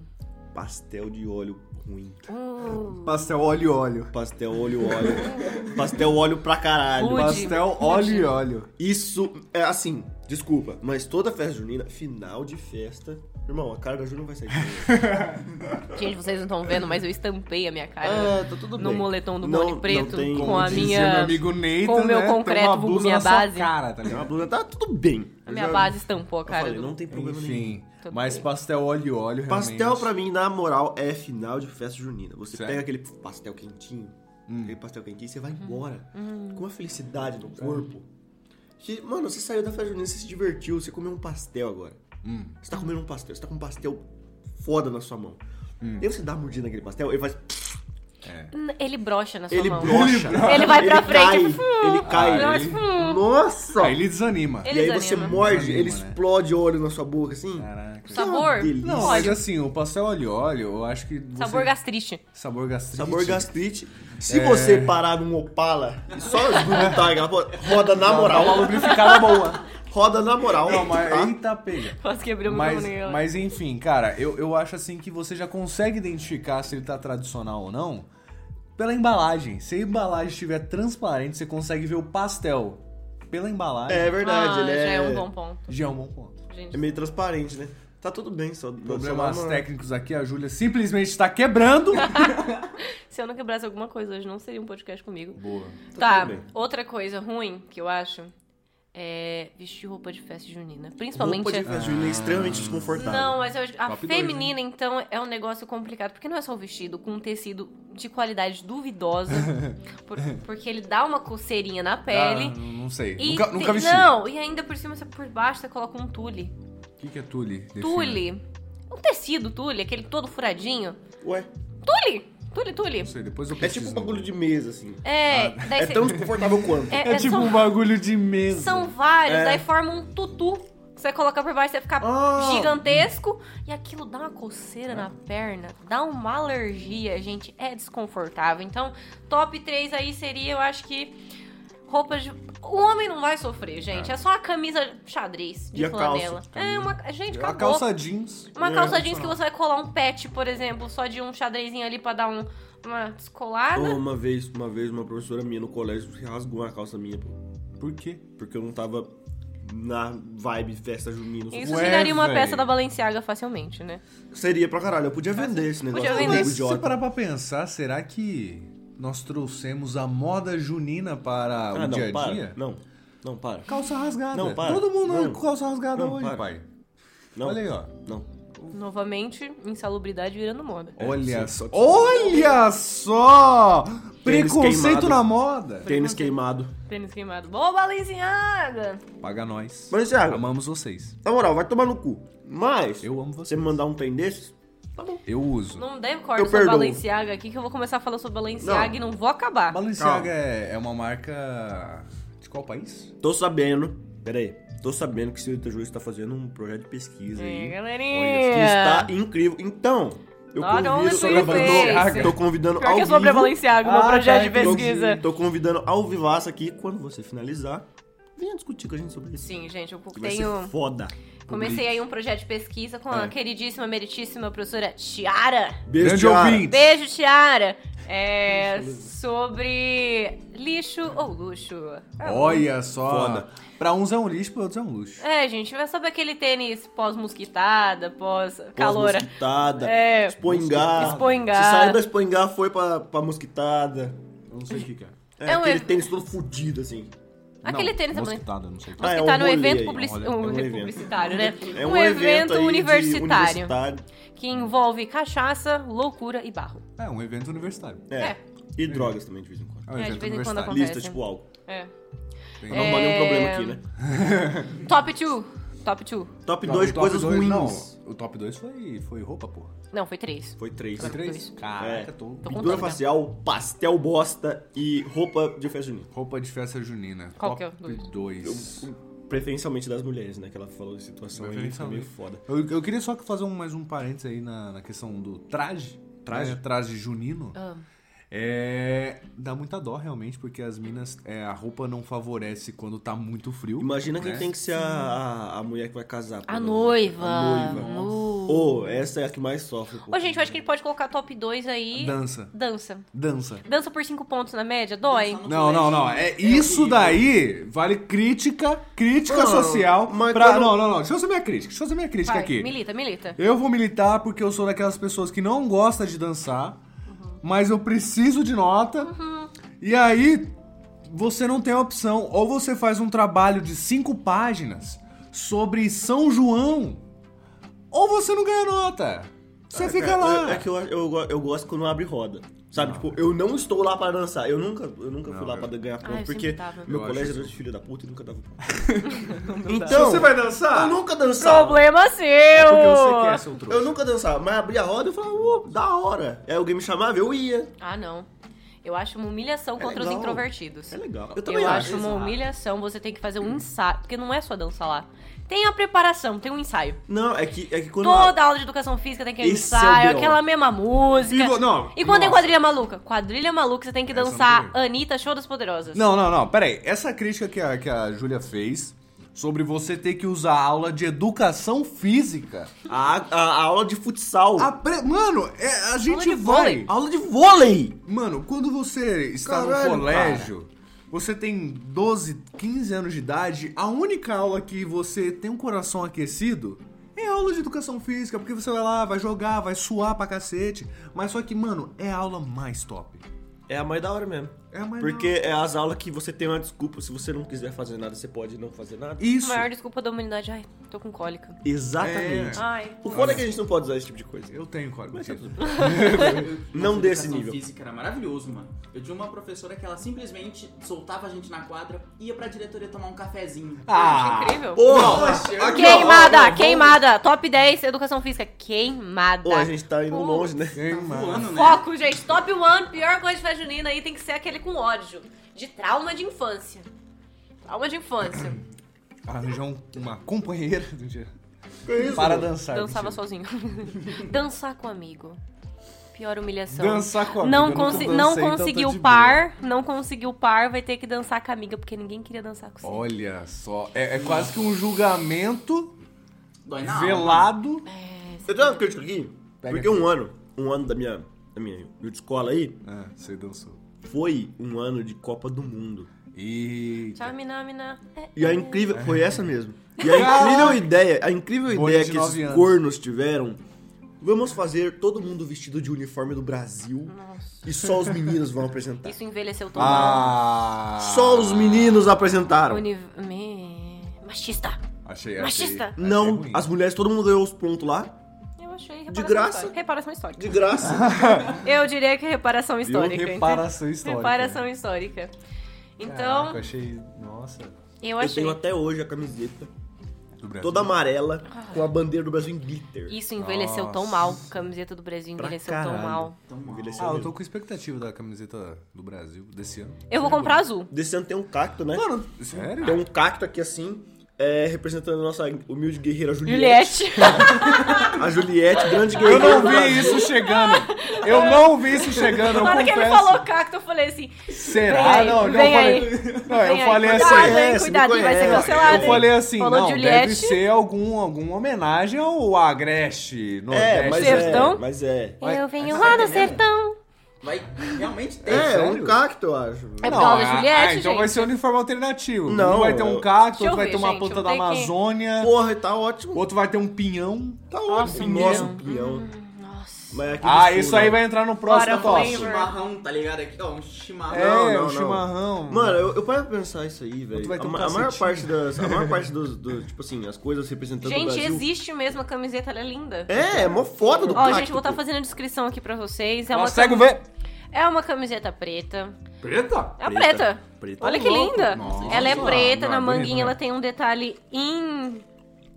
[SPEAKER 2] Pastel de óleo ruim.
[SPEAKER 4] Uh,
[SPEAKER 1] ajude. Pastel óleo e óleo.
[SPEAKER 2] Pastel óleo óleo. Pastel óleo pra caralho.
[SPEAKER 4] Ruim. Pudim,
[SPEAKER 1] Pastel
[SPEAKER 4] pudim.
[SPEAKER 1] óleo e óleo.
[SPEAKER 2] Isso é assim, desculpa, mas toda festa junina, final de festa. Irmão, a cara da Ju não vai sair. de
[SPEAKER 4] gente, vocês não estão vendo, mas eu estampei a minha cara.
[SPEAKER 2] é, tá tudo
[SPEAKER 4] No
[SPEAKER 2] bem.
[SPEAKER 4] moletom do
[SPEAKER 2] Não-
[SPEAKER 4] Boni Preto,
[SPEAKER 2] não tem
[SPEAKER 4] com
[SPEAKER 2] como
[SPEAKER 4] a
[SPEAKER 2] dizer,
[SPEAKER 1] Dizia
[SPEAKER 4] minha.
[SPEAKER 1] meu amigo Nathan,
[SPEAKER 4] com o meu
[SPEAKER 1] né, tem
[SPEAKER 4] concreto,
[SPEAKER 1] uma
[SPEAKER 4] com
[SPEAKER 1] blusa
[SPEAKER 4] minha
[SPEAKER 1] na sua
[SPEAKER 4] base.
[SPEAKER 1] cara, tá
[SPEAKER 2] Tem uma
[SPEAKER 1] ligado?
[SPEAKER 2] blusa, tá tudo bem.
[SPEAKER 4] A
[SPEAKER 2] Eu
[SPEAKER 4] minha
[SPEAKER 2] já-
[SPEAKER 4] base estampou a
[SPEAKER 2] eu
[SPEAKER 4] cara.
[SPEAKER 2] falei,
[SPEAKER 4] do...
[SPEAKER 2] não tem problema nenhum.
[SPEAKER 1] Enfim,
[SPEAKER 4] Tudo
[SPEAKER 1] mas
[SPEAKER 4] bem.
[SPEAKER 1] pastel óleo e óleo
[SPEAKER 2] Pastel
[SPEAKER 1] realmente.
[SPEAKER 2] pra mim, na moral, é final de festa junina. Você
[SPEAKER 1] Sério? Hum.
[SPEAKER 2] pega aquele pastel quentinho, aquele pastel quentinho, você vai
[SPEAKER 4] Uhum.
[SPEAKER 2] embora com uma felicidade no corpo. Que, mano, você saiu da festa junina, você se divertiu, você comeu um pastel agora.
[SPEAKER 1] Hum.
[SPEAKER 4] Uhum.
[SPEAKER 2] Você tá comendo um pastel, você tá com um pastel foda na sua mão.
[SPEAKER 1] Hum.
[SPEAKER 2] E aí você dá a mordida naquele pastel, ele faz.
[SPEAKER 4] N- Ele brocha na sua
[SPEAKER 2] Ele
[SPEAKER 4] mão.
[SPEAKER 2] brocha.
[SPEAKER 4] Ele vai pra frente.
[SPEAKER 2] Cai, ele cai.
[SPEAKER 1] Ah,
[SPEAKER 2] ele- Nossa!
[SPEAKER 1] Aí ele desanima.
[SPEAKER 4] Ele
[SPEAKER 2] e aí você
[SPEAKER 4] desanima.
[SPEAKER 2] morde,
[SPEAKER 1] Desanima,
[SPEAKER 2] ele
[SPEAKER 1] né? É.
[SPEAKER 2] explode o óleo na sua boca, assim.
[SPEAKER 1] Caraca.
[SPEAKER 4] Sabor?
[SPEAKER 2] Que delícia.
[SPEAKER 1] Não,
[SPEAKER 4] Olha,
[SPEAKER 1] mas assim, o pastel óleo e óleo, eu acho que. você-
[SPEAKER 4] Sabor gastrite.
[SPEAKER 1] Sabor gastrite. um
[SPEAKER 2] Sabor gastrite. Se você
[SPEAKER 1] É.
[SPEAKER 2] parar num Opala e só esgotar aquela porra, roda na moral.
[SPEAKER 1] Dá uma lubrificada boa.
[SPEAKER 2] Roda na moral.
[SPEAKER 1] Não, mas
[SPEAKER 2] tá?
[SPEAKER 1] eita pega.
[SPEAKER 4] Quase quebrei o
[SPEAKER 1] Mas,
[SPEAKER 4] microfone, galera.
[SPEAKER 1] mas enfim, cara, eu, eu acho assim que você já consegue identificar se ele tá tradicional ou não pela embalagem. Se a embalagem estiver transparente, você consegue ver o pastel pela embalagem.
[SPEAKER 2] É verdade,
[SPEAKER 4] ah,
[SPEAKER 2] ele
[SPEAKER 4] já
[SPEAKER 2] é,
[SPEAKER 4] é um bom ponto.
[SPEAKER 1] Já é um bom ponto.
[SPEAKER 4] Gente,
[SPEAKER 2] é meio transparente, né? Tá tudo bem, só
[SPEAKER 1] Problemas
[SPEAKER 2] só dá uma-
[SPEAKER 1] técnicos aqui, a Júlia simplesmente tá quebrando.
[SPEAKER 4] se eu não quebrasse alguma coisa hoje, não seria um podcast comigo.
[SPEAKER 1] Boa.
[SPEAKER 4] Tá,
[SPEAKER 2] tudo bem.
[SPEAKER 4] outra coisa ruim que eu acho é, vestir roupa de festa junina. Principalmente.
[SPEAKER 2] Roupa de
[SPEAKER 4] a-
[SPEAKER 2] festa
[SPEAKER 1] né?
[SPEAKER 2] junina é extremamente desconfortável.
[SPEAKER 4] Não, mas eu- a
[SPEAKER 5] Top dois,
[SPEAKER 4] feminina, então, é um negócio complicado. Porque não é só um vestido com um tecido de qualidade duvidosa. por- porque ele dá uma coceirinha na pele.
[SPEAKER 1] Ah, não sei.
[SPEAKER 4] E
[SPEAKER 1] nunca,
[SPEAKER 4] te-
[SPEAKER 1] nunca vesti.
[SPEAKER 4] Não, e ainda por cima, você, por baixo, você coloca um tule.
[SPEAKER 5] O que, que é tule? Defina.
[SPEAKER 4] Tule. Um tecido tule, aquele todo furadinho.
[SPEAKER 2] Ué,
[SPEAKER 4] Tule! Tule, tule.
[SPEAKER 5] Não sei, depois eu
[SPEAKER 2] é
[SPEAKER 5] pesquiso.
[SPEAKER 2] tipo um
[SPEAKER 5] no
[SPEAKER 2] bagulho
[SPEAKER 5] Google.
[SPEAKER 2] de mesa, assim.
[SPEAKER 4] É, daí
[SPEAKER 2] É
[SPEAKER 4] você-
[SPEAKER 2] tão desconfortável quanto.
[SPEAKER 4] é-
[SPEAKER 1] É,
[SPEAKER 4] é-
[SPEAKER 1] tipo
[SPEAKER 4] são,
[SPEAKER 1] um bagulho de mesa.
[SPEAKER 4] são vários,
[SPEAKER 2] É.
[SPEAKER 4] aí forma um tutu. que Você coloca por baixo, você fica
[SPEAKER 1] Ah.
[SPEAKER 4] gigantesco. E aquilo dá uma coceira na perna, dá uma alergia, gente. É desconfortável. Então, top 3 aí seria, eu acho que. Roupa de. O homem não vai sofrer, gente. É, só uma camisa xadrez de
[SPEAKER 2] E a calça?
[SPEAKER 4] flanela. é uma. Gente,
[SPEAKER 1] A
[SPEAKER 4] acabou.
[SPEAKER 1] calça jeans.
[SPEAKER 4] Uma
[SPEAKER 2] É,
[SPEAKER 4] calça jeans que
[SPEAKER 1] funcional.
[SPEAKER 4] você vai colar um pet, por exemplo, só de um xadrezinho ali pra dar um, uma descolada.
[SPEAKER 2] Ô, Uma vez, uma vez, uma professora minha no colégio rasgou uma calça minha, pô.
[SPEAKER 1] Por quê?
[SPEAKER 2] Porque eu não tava na vibe festa junina. eu sou-
[SPEAKER 4] Isso
[SPEAKER 1] Ué,
[SPEAKER 4] viraria uma
[SPEAKER 1] véi.
[SPEAKER 4] peça da Balenciaga facilmente, né?
[SPEAKER 2] Seria pra caralho. Eu podia vender esse negócio.
[SPEAKER 4] Podia
[SPEAKER 2] eu
[SPEAKER 4] vender.
[SPEAKER 2] sou um
[SPEAKER 1] Mas se você
[SPEAKER 2] idiota.
[SPEAKER 1] parar pra pensar, será que nós trouxemos a moda junina para
[SPEAKER 2] Ah,
[SPEAKER 1] o
[SPEAKER 2] não,
[SPEAKER 1] dia a
[SPEAKER 2] para.
[SPEAKER 1] dia?
[SPEAKER 2] Não, não, para.
[SPEAKER 1] Calça rasgada.
[SPEAKER 2] Não, para.
[SPEAKER 1] Todo mundo
[SPEAKER 2] Não.
[SPEAKER 1] com calça rasgada
[SPEAKER 2] Não,
[SPEAKER 1] hoje,
[SPEAKER 2] para.
[SPEAKER 1] pai.
[SPEAKER 2] Não,
[SPEAKER 1] Olha aí, ó.
[SPEAKER 2] Não.
[SPEAKER 4] Novamente, insalubridade virando moda.
[SPEAKER 1] Olha
[SPEAKER 2] É, sim,
[SPEAKER 1] só.
[SPEAKER 2] só que- tá
[SPEAKER 1] Olha só! Preconceito
[SPEAKER 2] queimado.
[SPEAKER 1] na moda.
[SPEAKER 2] Tênis queimado.
[SPEAKER 4] Tênis queimado. Boa, Balenciaga!
[SPEAKER 1] Paga nós.
[SPEAKER 2] Mas, Thiago,
[SPEAKER 1] Amamos vocês.
[SPEAKER 2] na moral, vai tomar no cu. Mas,
[SPEAKER 1] Eu amo
[SPEAKER 2] você
[SPEAKER 1] vocês.
[SPEAKER 2] me mandar um trem desses,
[SPEAKER 1] Eu uso.
[SPEAKER 4] Não deve
[SPEAKER 2] Eu
[SPEAKER 4] cortar sobre
[SPEAKER 2] perdoo.
[SPEAKER 4] Balenciaga aqui, que eu vou começar a falar sobre Balenciaga
[SPEAKER 2] Não.
[SPEAKER 4] e não vou acabar.
[SPEAKER 1] Balenciaga
[SPEAKER 2] Calma.
[SPEAKER 1] é, é uma marca de qual país?
[SPEAKER 2] tô sabendo. Pera aí. Tô sabendo que o Senhorita Juiz tá fazendo um projeto de pesquisa
[SPEAKER 4] É,
[SPEAKER 2] aí.
[SPEAKER 4] galerinha.
[SPEAKER 2] Olha, que está incrível. Então, eu
[SPEAKER 4] Olha onde
[SPEAKER 2] convido...
[SPEAKER 4] você
[SPEAKER 2] Tô,
[SPEAKER 4] fez.
[SPEAKER 2] tô, tô convidando
[SPEAKER 4] Pior
[SPEAKER 2] ao
[SPEAKER 4] que é sobre a
[SPEAKER 2] vivo.
[SPEAKER 4] Balenciaga, meu
[SPEAKER 1] Ah,
[SPEAKER 4] projeto
[SPEAKER 1] tá,
[SPEAKER 4] de
[SPEAKER 1] entendi.
[SPEAKER 4] pesquisa.
[SPEAKER 2] Tô convidando ao vivaço aqui, quando você finalizar, venha discutir com a gente sobre isso.
[SPEAKER 4] Sim, gente, eu
[SPEAKER 2] Que vai
[SPEAKER 4] tenho.
[SPEAKER 2] ser foda.
[SPEAKER 4] Comecei aí um projeto de pesquisa com a
[SPEAKER 2] É.
[SPEAKER 4] queridíssima, meritíssima professora Tiara.
[SPEAKER 2] Beijo,
[SPEAKER 1] Grande
[SPEAKER 2] Tiara.
[SPEAKER 1] ouvinte.
[SPEAKER 4] Beijo, Tiara! É. sobre lixo ou luxo. um
[SPEAKER 1] Olha só.
[SPEAKER 2] Foda.
[SPEAKER 1] Pra uns é um lixo, pra outros é um luxo.
[SPEAKER 4] É, gente, vai saber aquele tênis pós-mosquitada, pós-calora.
[SPEAKER 2] Mosquitada,
[SPEAKER 4] É.
[SPEAKER 2] espoingá.
[SPEAKER 4] Espoingá.
[SPEAKER 2] Se saiu da espoingá, foi pra, pra mosquitada.
[SPEAKER 1] Eu não sei o que, que é.
[SPEAKER 2] É,
[SPEAKER 4] É um
[SPEAKER 2] aquele
[SPEAKER 4] erro.
[SPEAKER 2] tênis todo fudido, assim.
[SPEAKER 4] Aquele
[SPEAKER 1] não,
[SPEAKER 4] tênis é bonito.
[SPEAKER 1] mosquitado, eu não sei o que. é.
[SPEAKER 2] Ah, é
[SPEAKER 4] que
[SPEAKER 2] um
[SPEAKER 4] tá no
[SPEAKER 2] rolê
[SPEAKER 4] evento
[SPEAKER 2] aí,
[SPEAKER 4] publici-
[SPEAKER 1] olha, é
[SPEAKER 4] um
[SPEAKER 2] um evento.
[SPEAKER 4] publicitário, né?
[SPEAKER 2] É
[SPEAKER 4] um evento,
[SPEAKER 2] aí de
[SPEAKER 4] universitário,
[SPEAKER 2] universitário.
[SPEAKER 4] que envolve cachaça, loucura e barro.
[SPEAKER 1] É um evento universitário.
[SPEAKER 2] É.
[SPEAKER 4] É.
[SPEAKER 2] E drogas também, de vez em quando.
[SPEAKER 1] É um
[SPEAKER 4] É, de
[SPEAKER 1] evento
[SPEAKER 4] vez em quando
[SPEAKER 1] universitário.
[SPEAKER 4] acontece.
[SPEAKER 2] Lista, tipo, álcool.
[SPEAKER 4] É.
[SPEAKER 2] Pra não dar nenhum problema aqui, né?
[SPEAKER 4] Top 2. Top 2.
[SPEAKER 2] Top
[SPEAKER 1] Não,
[SPEAKER 2] 2
[SPEAKER 1] o top
[SPEAKER 2] coisas
[SPEAKER 1] dois,
[SPEAKER 2] ruins.
[SPEAKER 1] Não, o top 2 foi, foi roupa, porra.
[SPEAKER 4] Não, foi 3.
[SPEAKER 2] Foi 3.
[SPEAKER 1] Foi
[SPEAKER 4] Top
[SPEAKER 1] três?
[SPEAKER 4] dois.
[SPEAKER 1] Caraca,
[SPEAKER 2] É.
[SPEAKER 1] tô...
[SPEAKER 4] Tô com-
[SPEAKER 2] Pintura
[SPEAKER 4] Contando, né?
[SPEAKER 2] facial, pastel bosta e roupa de festa junina.
[SPEAKER 1] Roupa de festa junina.
[SPEAKER 4] Qual
[SPEAKER 1] top
[SPEAKER 4] que é o dois?
[SPEAKER 1] 2.
[SPEAKER 2] Preferencialmente das mulheres, né? Que ela falou de situação aí, fica meio foda.
[SPEAKER 1] Eu, eu queria só que fazer um- mais um parênteses aí na, na questão do traje.
[SPEAKER 2] Traje?
[SPEAKER 1] né? Traje junino.
[SPEAKER 4] Ah.
[SPEAKER 1] É. Dá muita dó, realmente, porque as minas. é, a roupa não favorece quando tá muito frio.
[SPEAKER 2] Imagina
[SPEAKER 1] né?
[SPEAKER 2] quem tem que ser a, a, a mulher que vai casar. pô,
[SPEAKER 4] A
[SPEAKER 2] né?
[SPEAKER 4] noiva.
[SPEAKER 2] A noiva.
[SPEAKER 4] Nu.
[SPEAKER 2] Ô, essa é a que mais sofre, pô.
[SPEAKER 4] Ô, gente, eu acho que ele pode colocar top 2 aí.
[SPEAKER 1] Dança.
[SPEAKER 4] Dança.
[SPEAKER 1] Dança.
[SPEAKER 4] Dança por 5 pontos na média? Dói.
[SPEAKER 3] Dança no-
[SPEAKER 1] Não, não, não. É isso daí vale crítica, crítica
[SPEAKER 2] Não,
[SPEAKER 1] social.
[SPEAKER 2] mas
[SPEAKER 1] pra...
[SPEAKER 2] quando-
[SPEAKER 1] Não, não, não. Deixa eu fazer minha crítica. Deixa eu fazer minha crítica
[SPEAKER 4] Vai,
[SPEAKER 1] aqui.
[SPEAKER 4] milita, milita.
[SPEAKER 1] Eu vou militar porque eu sou daquelas pessoas que não gosta de dançar, mas eu preciso de nota. E aí você não tem a opção. Ou você faz um trabalho de cinco páginas sobre São João, ou você não ganha nota. Você fica
[SPEAKER 2] Cara,
[SPEAKER 1] lá.
[SPEAKER 2] É, é que eu, eu, go- eu gosto quando abre roda. Sabe, tipo, eu não estou lá pra dançar. Eu nunca, eu nunca fui lá pra ganhar ponto,
[SPEAKER 4] Ah, eu
[SPEAKER 2] porque
[SPEAKER 4] sempre tava.
[SPEAKER 2] meu
[SPEAKER 1] Eu acho
[SPEAKER 2] colégio
[SPEAKER 1] isso.
[SPEAKER 2] era de filho da puta e nunca dava ponto.
[SPEAKER 1] Então,
[SPEAKER 2] então,
[SPEAKER 1] você vai dançar?
[SPEAKER 2] eu nunca dançava.
[SPEAKER 4] Problema seu!
[SPEAKER 1] Porque você quer, seu é um trouxa.
[SPEAKER 2] Eu nunca dançava, mas abria a roda e eu falava, ô, da hora. Aí alguém me chamava, eu ia.
[SPEAKER 4] Ah, não. Eu acho uma humilhação contra os
[SPEAKER 2] É legal.
[SPEAKER 4] introvertidos.
[SPEAKER 2] É legal. Eu
[SPEAKER 4] Eu,
[SPEAKER 2] também
[SPEAKER 4] acho
[SPEAKER 2] acho.
[SPEAKER 4] uma humilhação, você tem que fazer um ensaio, porque não é só dança lá. Tem a preparação, tem um ensaio.
[SPEAKER 2] Não, é que, é que quando.
[SPEAKER 4] Toda aula de educação física tem aquele
[SPEAKER 2] Esse é o
[SPEAKER 4] ensaio,
[SPEAKER 2] B.O.
[SPEAKER 4] aquela mesma música.
[SPEAKER 1] E vo- não,
[SPEAKER 4] E quando tem
[SPEAKER 1] nossa.
[SPEAKER 4] quadrilha maluca? Quadrilha maluca, você tem que
[SPEAKER 1] Essa eu não
[SPEAKER 4] dançar
[SPEAKER 1] peguei.
[SPEAKER 4] Anitta, Show das Poderosas.
[SPEAKER 1] Não, não, não. Peraí. Essa crítica que a, que a Júlia fez sobre você ter que usar aula de educação física.
[SPEAKER 2] A, a- a aula de futsal.
[SPEAKER 1] A pre- Mano, é- a gente
[SPEAKER 4] de
[SPEAKER 1] vai.
[SPEAKER 4] vôlei.
[SPEAKER 2] Aula de vôlei!
[SPEAKER 1] Mano, quando você está
[SPEAKER 2] Caralho,
[SPEAKER 1] no colégio, você tem 12, 15 anos de idade, a única aula que você tem um coração aquecido é aula de educação física, porque você vai lá, vai jogar, vai suar pra cacete. Mas só que, mano, é a aula mais top.
[SPEAKER 2] é a mais da hora mesmo.
[SPEAKER 6] É a mais
[SPEAKER 2] Porque é as aulas que você tem uma desculpa. Se você não quiser fazer nada, você pode não fazer nada.
[SPEAKER 4] A
[SPEAKER 6] Isso.
[SPEAKER 4] maior desculpa da humanidade. Ai, tô com cólica.
[SPEAKER 2] Exatamente.
[SPEAKER 4] Ai.
[SPEAKER 2] O foda é que a gente não pode usar esse tipo de coisa.
[SPEAKER 6] Eu tenho código.
[SPEAKER 2] Mas tá tudo
[SPEAKER 6] Mas,
[SPEAKER 2] bem.
[SPEAKER 3] Nossa,
[SPEAKER 2] Não desse
[SPEAKER 3] educação
[SPEAKER 2] nível.
[SPEAKER 3] física era maravilhoso, mano. Eu tinha uma professora que ela simplesmente soltava a gente na quadra, ia pra diretoria tomar um cafezinho.
[SPEAKER 4] Ah, incrível.
[SPEAKER 3] Poxa,
[SPEAKER 2] aqui, ó,
[SPEAKER 4] Queimada,
[SPEAKER 2] ó, ó,
[SPEAKER 4] queimada. Top 10, educação física. Queimada.
[SPEAKER 2] Pô, a gente tá indo longe, né?
[SPEAKER 3] voando, né?
[SPEAKER 4] Foco, gente. Top 1, pior coisa de festa junina aí tem que ser aquele com ódio. De trauma de infância. Trauma de infância.
[SPEAKER 6] Arranjar um- uma companheira do dia.
[SPEAKER 1] Para dançar.
[SPEAKER 4] Dançava
[SPEAKER 1] mentira.
[SPEAKER 4] sozinho. Dançar com amigo. Pior humilhação.
[SPEAKER 1] Dançar com a
[SPEAKER 4] não
[SPEAKER 1] amiga, eu nunca
[SPEAKER 4] consi-
[SPEAKER 1] dancei,
[SPEAKER 4] não
[SPEAKER 6] tá
[SPEAKER 1] então tô
[SPEAKER 4] conseguiu
[SPEAKER 1] de boa.
[SPEAKER 4] par, não conseguiu par, vai ter que dançar com a amiga, porque ninguém queria dançar com você.
[SPEAKER 6] Olha só. É, é quase que um julgamento
[SPEAKER 3] Dói na alma.
[SPEAKER 6] velado.
[SPEAKER 2] Eu tenho uma crítica aqui.
[SPEAKER 6] Pega
[SPEAKER 2] Porque um ano, um ano da minha, da minha de escola aí,
[SPEAKER 6] Ah, você dançou.
[SPEAKER 2] foi um ano de Copa do Mundo.
[SPEAKER 6] E.
[SPEAKER 4] Tchau, mina, mina. É,
[SPEAKER 2] E a incrível. Foi essa mesmo. E a incrível ideia, a incrível
[SPEAKER 1] Bolinha
[SPEAKER 2] ideia
[SPEAKER 1] de
[SPEAKER 2] que
[SPEAKER 1] nove
[SPEAKER 2] esses
[SPEAKER 1] anos.
[SPEAKER 2] cornos tiveram. Vamos fazer todo mundo vestido de uniforme do Brasil. E só os meninos vão apresentar.
[SPEAKER 4] Isso envelheceu todo
[SPEAKER 6] Ah!
[SPEAKER 2] Só os meninos apresentaram.
[SPEAKER 4] Uni... Me... Machista.
[SPEAKER 6] Achei, achei.
[SPEAKER 4] Machista.
[SPEAKER 6] achei
[SPEAKER 2] Não,
[SPEAKER 6] ruim.
[SPEAKER 2] as mulheres, todo mundo ganhou os pontos lá.
[SPEAKER 4] Eu achei reparação
[SPEAKER 2] graça.
[SPEAKER 4] histórica. Reparação histórica.
[SPEAKER 2] De graça.
[SPEAKER 4] Eu diria que é reparação histórica. entende?
[SPEAKER 1] Reparação histórica. né?
[SPEAKER 4] Reparação histórica. Então,
[SPEAKER 1] Caraca, eu achei. Nossa.
[SPEAKER 4] eu
[SPEAKER 2] Eu
[SPEAKER 4] achei.
[SPEAKER 2] tenho até hoje a camiseta,
[SPEAKER 6] Do Brasil.
[SPEAKER 2] toda amarela, com a bandeira do Brasil em glitter.
[SPEAKER 4] Isso envelheceu tão
[SPEAKER 6] Nossa.
[SPEAKER 4] mal. Camiseta do Brasil
[SPEAKER 1] Pra
[SPEAKER 4] envelheceu tão
[SPEAKER 1] caralho.
[SPEAKER 4] mal.
[SPEAKER 3] Então, mano.
[SPEAKER 2] Envelheceu
[SPEAKER 6] Ah, eu
[SPEAKER 2] mesmo.
[SPEAKER 6] tô com expectativa da camiseta do Brasil desse ano.
[SPEAKER 4] Eu vou comprar azul.
[SPEAKER 2] Desse ano tem um cacto, né?
[SPEAKER 6] Mano, sério?
[SPEAKER 2] Tem um cacto aqui assim, é, representando a nossa humilde guerreira Juliette.
[SPEAKER 4] Juliette.
[SPEAKER 2] A Juliette, grande
[SPEAKER 1] Eu
[SPEAKER 2] guerreira.
[SPEAKER 1] não
[SPEAKER 2] do
[SPEAKER 1] vi
[SPEAKER 2] Brasil.
[SPEAKER 1] isso chegando. Eu não vi isso chegando, eu
[SPEAKER 4] Na hora que ele
[SPEAKER 1] confesso.
[SPEAKER 4] falou cacto, eu falei assim.
[SPEAKER 1] Será?
[SPEAKER 4] Vem aí,
[SPEAKER 1] não, não,
[SPEAKER 4] vem
[SPEAKER 1] eu
[SPEAKER 4] aí.
[SPEAKER 1] falei. Não, eu
[SPEAKER 4] Vem aí,
[SPEAKER 1] falei
[SPEAKER 4] cuidado,
[SPEAKER 1] assim.
[SPEAKER 4] hein,
[SPEAKER 2] conhece, me
[SPEAKER 4] cuidado, ele vai ser
[SPEAKER 2] conhece.
[SPEAKER 4] cancelado.
[SPEAKER 1] Eu
[SPEAKER 4] hein?
[SPEAKER 1] falei assim,
[SPEAKER 4] Falou
[SPEAKER 1] não, deve
[SPEAKER 4] Juliette.
[SPEAKER 1] ser algum, alguma homenagem ao Agreste, Nordeste.
[SPEAKER 2] É, mas
[SPEAKER 4] Sertão?
[SPEAKER 2] é, mas é.
[SPEAKER 4] Eu venho
[SPEAKER 3] Mas
[SPEAKER 4] lá
[SPEAKER 3] tá
[SPEAKER 4] no
[SPEAKER 1] é
[SPEAKER 3] entendendo?
[SPEAKER 4] sertão.
[SPEAKER 3] Vai, realmente tem.
[SPEAKER 2] É,
[SPEAKER 1] sério?
[SPEAKER 2] um cacto, eu acho.
[SPEAKER 4] É por
[SPEAKER 1] Não,
[SPEAKER 4] causa da
[SPEAKER 1] ah,
[SPEAKER 4] Juliette,
[SPEAKER 1] ah, então
[SPEAKER 4] gente.
[SPEAKER 1] vai ser um uniforme alternativo.
[SPEAKER 2] Não,
[SPEAKER 1] um vai ter um
[SPEAKER 2] eu-
[SPEAKER 1] cacto,
[SPEAKER 4] Deixa eu
[SPEAKER 1] outro vai
[SPEAKER 4] ver,
[SPEAKER 1] ter uma
[SPEAKER 4] gente,
[SPEAKER 1] planta
[SPEAKER 4] vou
[SPEAKER 1] da
[SPEAKER 4] ter que-
[SPEAKER 1] Amazônia,
[SPEAKER 2] Porra, tá ótimo.
[SPEAKER 1] outro vai ter um pinhão.
[SPEAKER 2] Tá ótimo.
[SPEAKER 4] pinhão.
[SPEAKER 2] Nossa, um pinhão.
[SPEAKER 4] Nossa.
[SPEAKER 2] Mas é aqui do
[SPEAKER 1] Ah,
[SPEAKER 2] sul,
[SPEAKER 1] isso aí
[SPEAKER 2] né?
[SPEAKER 1] vai entrar no próximo
[SPEAKER 4] Ora,
[SPEAKER 1] top.
[SPEAKER 4] flavor.
[SPEAKER 3] chimarrão, tá ligado? Aqui, ó, um chimarrão.
[SPEAKER 1] É,
[SPEAKER 2] Não,
[SPEAKER 1] o
[SPEAKER 2] não, não.
[SPEAKER 1] chimarrão.
[SPEAKER 2] Mano, eu, eu paro pra pensar isso aí, velho.
[SPEAKER 1] vai ter
[SPEAKER 2] a,
[SPEAKER 1] um
[SPEAKER 2] ma- a maior
[SPEAKER 1] cacetinho.
[SPEAKER 2] parte das. A maior parte dos, dos- Tipo assim, as coisas representando o
[SPEAKER 4] Gente,
[SPEAKER 2] Brasil.
[SPEAKER 4] existe mesmo a camiseta, ela é linda.
[SPEAKER 2] É, é mó foda do
[SPEAKER 4] Ó,
[SPEAKER 2] cacto,
[SPEAKER 4] gente, vou tá estar
[SPEAKER 2] pô.
[SPEAKER 4] fazendo a descrição aqui pra vocês. É uma,
[SPEAKER 1] Consegue
[SPEAKER 4] cam-
[SPEAKER 1] ver?
[SPEAKER 4] é uma camiseta preta.
[SPEAKER 1] Preta?
[SPEAKER 4] É uma
[SPEAKER 2] Preta.
[SPEAKER 4] preta.
[SPEAKER 2] Preta.
[SPEAKER 4] Olha que
[SPEAKER 1] Ô, louco.
[SPEAKER 4] linda.
[SPEAKER 1] Nossa.
[SPEAKER 4] Ela é
[SPEAKER 1] Não,
[SPEAKER 4] preta,
[SPEAKER 1] não,
[SPEAKER 4] na
[SPEAKER 1] é bonito,
[SPEAKER 4] manguinha
[SPEAKER 1] né?
[SPEAKER 4] ela tem um detalhe em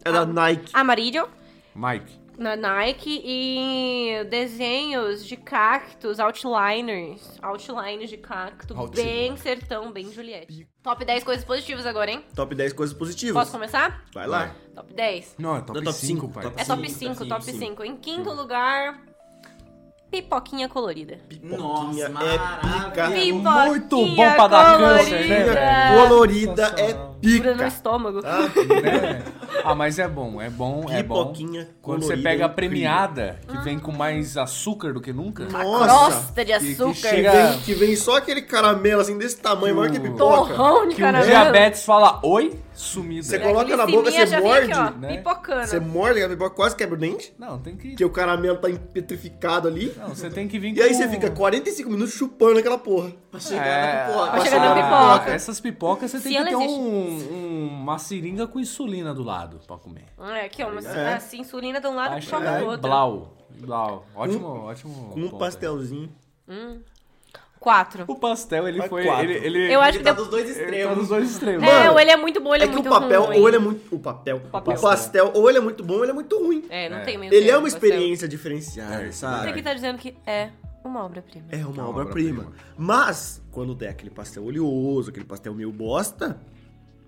[SPEAKER 2] É da Nike.
[SPEAKER 4] amarillo,
[SPEAKER 1] Mike.
[SPEAKER 4] na Nike, e desenhos de cactos, outliners, outlines de cacto,
[SPEAKER 6] Outline.
[SPEAKER 4] bem sertão, bem Juliette. Top 10 coisas positivas agora, hein?
[SPEAKER 2] Top 10 coisas positivas.
[SPEAKER 4] Posso começar?
[SPEAKER 2] Vai lá.
[SPEAKER 4] Top 10.
[SPEAKER 6] Não, é top,
[SPEAKER 2] Não, top
[SPEAKER 6] 5,
[SPEAKER 2] cinco,
[SPEAKER 6] pai.
[SPEAKER 2] top
[SPEAKER 4] É top
[SPEAKER 3] Sim,
[SPEAKER 4] 5,
[SPEAKER 3] sim,
[SPEAKER 4] top
[SPEAKER 3] sim.
[SPEAKER 4] 5. Em quinto lugar, pipoquinha colorida.
[SPEAKER 2] Pipoquinha
[SPEAKER 3] Nossa,
[SPEAKER 2] é pica.
[SPEAKER 3] maravilha.
[SPEAKER 4] Pipoquinha
[SPEAKER 1] muito bom pra dar câncer, né,
[SPEAKER 4] colorida.
[SPEAKER 1] velho? Ah,
[SPEAKER 2] Colorida é
[SPEAKER 1] Sensacional.
[SPEAKER 2] pica.
[SPEAKER 4] Segura no estômago.
[SPEAKER 1] Né? Ah, mas é bom, é bom, é bom.
[SPEAKER 2] Pipoquinha
[SPEAKER 1] Quando
[SPEAKER 2] colorida
[SPEAKER 1] você pega a
[SPEAKER 2] é incrível.
[SPEAKER 1] premiada,
[SPEAKER 4] Ah.
[SPEAKER 1] que vem com mais açúcar do que nunca.
[SPEAKER 2] Nossa.
[SPEAKER 4] Crosta de
[SPEAKER 1] que
[SPEAKER 4] açúcar.
[SPEAKER 1] chega-
[SPEAKER 2] Vem- que vem só aquele caramelo assim desse tamanho, maior que pipoca.
[SPEAKER 4] Torrão de
[SPEAKER 1] Que o
[SPEAKER 4] caramelo.
[SPEAKER 1] diabetes fala, oi, sumida.
[SPEAKER 2] Você
[SPEAKER 4] A
[SPEAKER 2] coloca na boca,
[SPEAKER 4] glicemia
[SPEAKER 2] você
[SPEAKER 4] já vem
[SPEAKER 2] morde,
[SPEAKER 4] aqui, ó,
[SPEAKER 1] né?
[SPEAKER 4] Pipocando.
[SPEAKER 2] Você morde a pipoca, quase quebra o dente.
[SPEAKER 1] Não, tem que...
[SPEAKER 2] Que o caramelo tá petrificado ali.
[SPEAKER 1] Não, você tem que vir
[SPEAKER 2] E aí
[SPEAKER 1] com-
[SPEAKER 2] você fica 45 minutos chupando aquela porra.
[SPEAKER 3] Pra chegar
[SPEAKER 1] Hum. É,
[SPEAKER 3] na pipoca.
[SPEAKER 1] pra
[SPEAKER 4] chegar na
[SPEAKER 1] ser-
[SPEAKER 4] pipoca.
[SPEAKER 1] Essas pipocas você
[SPEAKER 4] Se
[SPEAKER 1] tem que
[SPEAKER 4] ela
[SPEAKER 1] ter
[SPEAKER 4] existe.
[SPEAKER 1] um, um- uma seringa com insulina do lado pra comer.
[SPEAKER 4] É, aqui, ó. Uma,
[SPEAKER 2] É.
[SPEAKER 4] Assim, insulina de um
[SPEAKER 2] Tá
[SPEAKER 4] lado e
[SPEAKER 1] Acho que
[SPEAKER 4] choca
[SPEAKER 1] é
[SPEAKER 4] do outro.
[SPEAKER 1] Blau. Blau. Ótimo, ótimo.
[SPEAKER 2] Com um
[SPEAKER 1] ponto.
[SPEAKER 2] pastelzinho.
[SPEAKER 4] Quatro.
[SPEAKER 1] O pastel, ele
[SPEAKER 2] Mas
[SPEAKER 1] foi.
[SPEAKER 2] quatro.
[SPEAKER 1] Ele, ele,
[SPEAKER 4] Eu acho
[SPEAKER 3] Ele
[SPEAKER 4] que
[SPEAKER 3] tá
[SPEAKER 4] deu-
[SPEAKER 3] dos dois
[SPEAKER 1] ele tá nos
[SPEAKER 3] extremos.
[SPEAKER 1] dois extremos.
[SPEAKER 4] É,
[SPEAKER 2] Mano,
[SPEAKER 4] ou ele é muito bom, ou ele é,
[SPEAKER 2] é que
[SPEAKER 4] muito
[SPEAKER 2] o papel,
[SPEAKER 4] ruim.
[SPEAKER 2] ou ele é muito. O papel.
[SPEAKER 4] Papel.
[SPEAKER 2] O pastel, ou ele é muito bom, ou ele é muito ruim.
[SPEAKER 4] É, não
[SPEAKER 1] É.
[SPEAKER 4] tem meio
[SPEAKER 2] Ele é
[SPEAKER 4] termo,
[SPEAKER 2] uma
[SPEAKER 4] pastel.
[SPEAKER 2] experiência diferenciada,
[SPEAKER 4] Isso aqui
[SPEAKER 2] sabe?
[SPEAKER 4] tá dizendo que é uma obra-prima.
[SPEAKER 2] É uma
[SPEAKER 6] uma
[SPEAKER 2] obra-prima.
[SPEAKER 6] obra-prima.
[SPEAKER 2] Mas, quando der aquele pastel oleoso, aquele pastel meio bosta,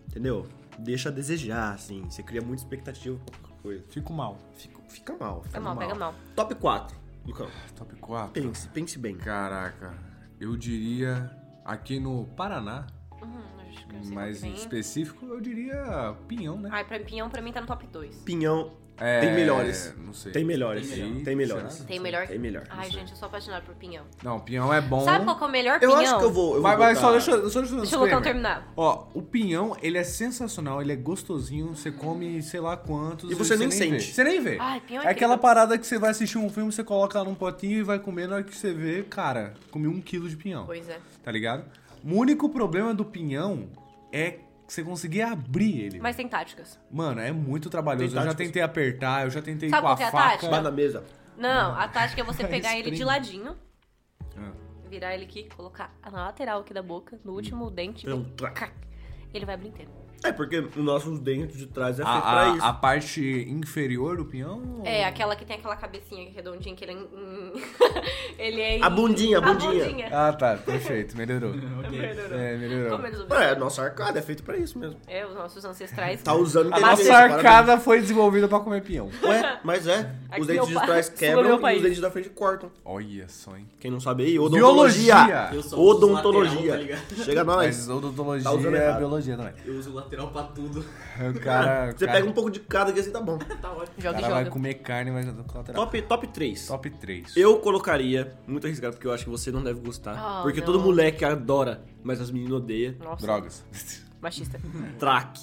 [SPEAKER 2] entendeu? Deixa a desejar, assim. Você cria muita expectativa pra qualquer coisa.
[SPEAKER 1] Fico mal.
[SPEAKER 2] Fica, fica mal.
[SPEAKER 4] Pega
[SPEAKER 2] Fica
[SPEAKER 4] mal, pega mal.
[SPEAKER 2] Top 4, Lucão.
[SPEAKER 6] Top 4.
[SPEAKER 2] Pense, pense bem.
[SPEAKER 6] Caraca, eu diria aqui no Paraná,
[SPEAKER 4] Hum, acho que eu sei qual que
[SPEAKER 6] mais em
[SPEAKER 4] vem.
[SPEAKER 6] específico, eu diria pinhão, né?
[SPEAKER 4] Ai, pra pinhão pra mim tá no top 2.
[SPEAKER 2] Pinhão
[SPEAKER 1] É,
[SPEAKER 2] Tem melhores.
[SPEAKER 1] Não sei.
[SPEAKER 2] Tem melhores.
[SPEAKER 3] Tem melhor.
[SPEAKER 2] Tem melhores.
[SPEAKER 4] Tem melhor?
[SPEAKER 2] Tem melhor.
[SPEAKER 4] Ai,
[SPEAKER 2] Isso é. aí.
[SPEAKER 4] gente, eu sou apaixonada por pinhão.
[SPEAKER 1] Não, pinhão é bom.
[SPEAKER 4] Sabe qual que é o melhor
[SPEAKER 2] Eu
[SPEAKER 4] pinhão?
[SPEAKER 2] acho que eu vou. Eu vou
[SPEAKER 1] Mas, mas só
[SPEAKER 2] botar-
[SPEAKER 1] deixa, só deixa, eu fazer um
[SPEAKER 4] Deixa eu botar um
[SPEAKER 1] disclaimer.
[SPEAKER 4] terminado.
[SPEAKER 1] Ó, o pinhão, ele é sensacional, ele é gostosinho, você come sei lá quantos.
[SPEAKER 2] E você nem
[SPEAKER 1] vê.
[SPEAKER 2] sente.
[SPEAKER 1] Você nem vê.
[SPEAKER 4] Ai, pinhão é
[SPEAKER 1] é aquela
[SPEAKER 4] incrível.
[SPEAKER 1] parada que você vai assistir um filme, você coloca lá num potinho e vai comer, na hora que você vê, cara, comi um quilo de pinhão.
[SPEAKER 4] Pois é.
[SPEAKER 1] Tá ligado? O único problema do pinhão é você conseguir abrir ele.
[SPEAKER 4] Mas tem táticas.
[SPEAKER 1] Mano, é muito trabalhoso.
[SPEAKER 2] Tem
[SPEAKER 1] Eu já
[SPEAKER 2] táticas.
[SPEAKER 1] tentei apertar, eu já tentei
[SPEAKER 4] Sabe
[SPEAKER 1] com a
[SPEAKER 4] qual que é a
[SPEAKER 1] faca.
[SPEAKER 4] tática?
[SPEAKER 2] Vai na mesa.
[SPEAKER 4] Não, a tática é você
[SPEAKER 1] Vai
[SPEAKER 4] pegar ele de
[SPEAKER 1] espreme.
[SPEAKER 4] ladinho,
[SPEAKER 1] Ah.
[SPEAKER 4] virar ele aqui, colocar na lateral aqui da boca, no último dente.
[SPEAKER 2] Então,
[SPEAKER 4] bem-
[SPEAKER 2] trac.
[SPEAKER 4] Ele vai abrir inteiro.
[SPEAKER 2] É porque os nossos dentes de trás é feito pra
[SPEAKER 1] A,
[SPEAKER 2] isso.
[SPEAKER 1] a- a parte inferior do pinhão?
[SPEAKER 4] É, aquela que tem aquela cabecinha redondinha que ele é. em- em- ele é. em-
[SPEAKER 2] A bundinha, a bundinha.
[SPEAKER 1] Ah, tá, perfeito, melhorou.
[SPEAKER 3] Ah,
[SPEAKER 4] Melhorou.
[SPEAKER 1] É, melhorou.
[SPEAKER 4] Pelo menos o-
[SPEAKER 2] É, nossa arcada é feito pra isso mesmo.
[SPEAKER 4] É, os nossos ancestrais. né?
[SPEAKER 2] Tá usando
[SPEAKER 4] A
[SPEAKER 1] Nossa
[SPEAKER 4] Beleza,
[SPEAKER 1] arcada foi desenvolvida pra comer pinhão.
[SPEAKER 2] Ué, mas é.
[SPEAKER 4] Aqui
[SPEAKER 2] Os
[SPEAKER 4] meu
[SPEAKER 2] dentes de
[SPEAKER 4] pai-
[SPEAKER 2] trás
[SPEAKER 4] sou
[SPEAKER 2] quebram
[SPEAKER 4] meu
[SPEAKER 2] e
[SPEAKER 4] país.
[SPEAKER 2] os dentes da frente cortam.
[SPEAKER 1] Olha só, hein?
[SPEAKER 2] Quem não sabe aí,
[SPEAKER 1] Biologia.
[SPEAKER 2] odontologia.
[SPEAKER 1] Eu
[SPEAKER 3] sou- sou
[SPEAKER 2] Odontologia.
[SPEAKER 3] lateral, tá ligado?
[SPEAKER 2] Chega nós.
[SPEAKER 1] Mas odontologia
[SPEAKER 2] Tá usando
[SPEAKER 1] é
[SPEAKER 2] errado.
[SPEAKER 1] biologia também.
[SPEAKER 3] Eu uso lateral pra tudo.
[SPEAKER 1] O cara, o
[SPEAKER 2] Você
[SPEAKER 1] cara,
[SPEAKER 2] pega um pouco de cada aqui assim, tá bom.
[SPEAKER 3] tá ótimo.
[SPEAKER 1] o
[SPEAKER 4] Joga e
[SPEAKER 1] cara vai
[SPEAKER 4] joga.
[SPEAKER 1] comer carne, mas é do lateral.
[SPEAKER 2] Top, top 3.
[SPEAKER 1] Top 3.
[SPEAKER 2] Eu colocaria, muito arriscado, porque eu acho que você não deve gostar.
[SPEAKER 4] Oh,
[SPEAKER 2] porque
[SPEAKER 4] não.
[SPEAKER 2] todo moleque adora, mas as meninas odeiam.
[SPEAKER 4] Nossa,
[SPEAKER 1] Drogas.
[SPEAKER 4] machista.
[SPEAKER 2] Traque.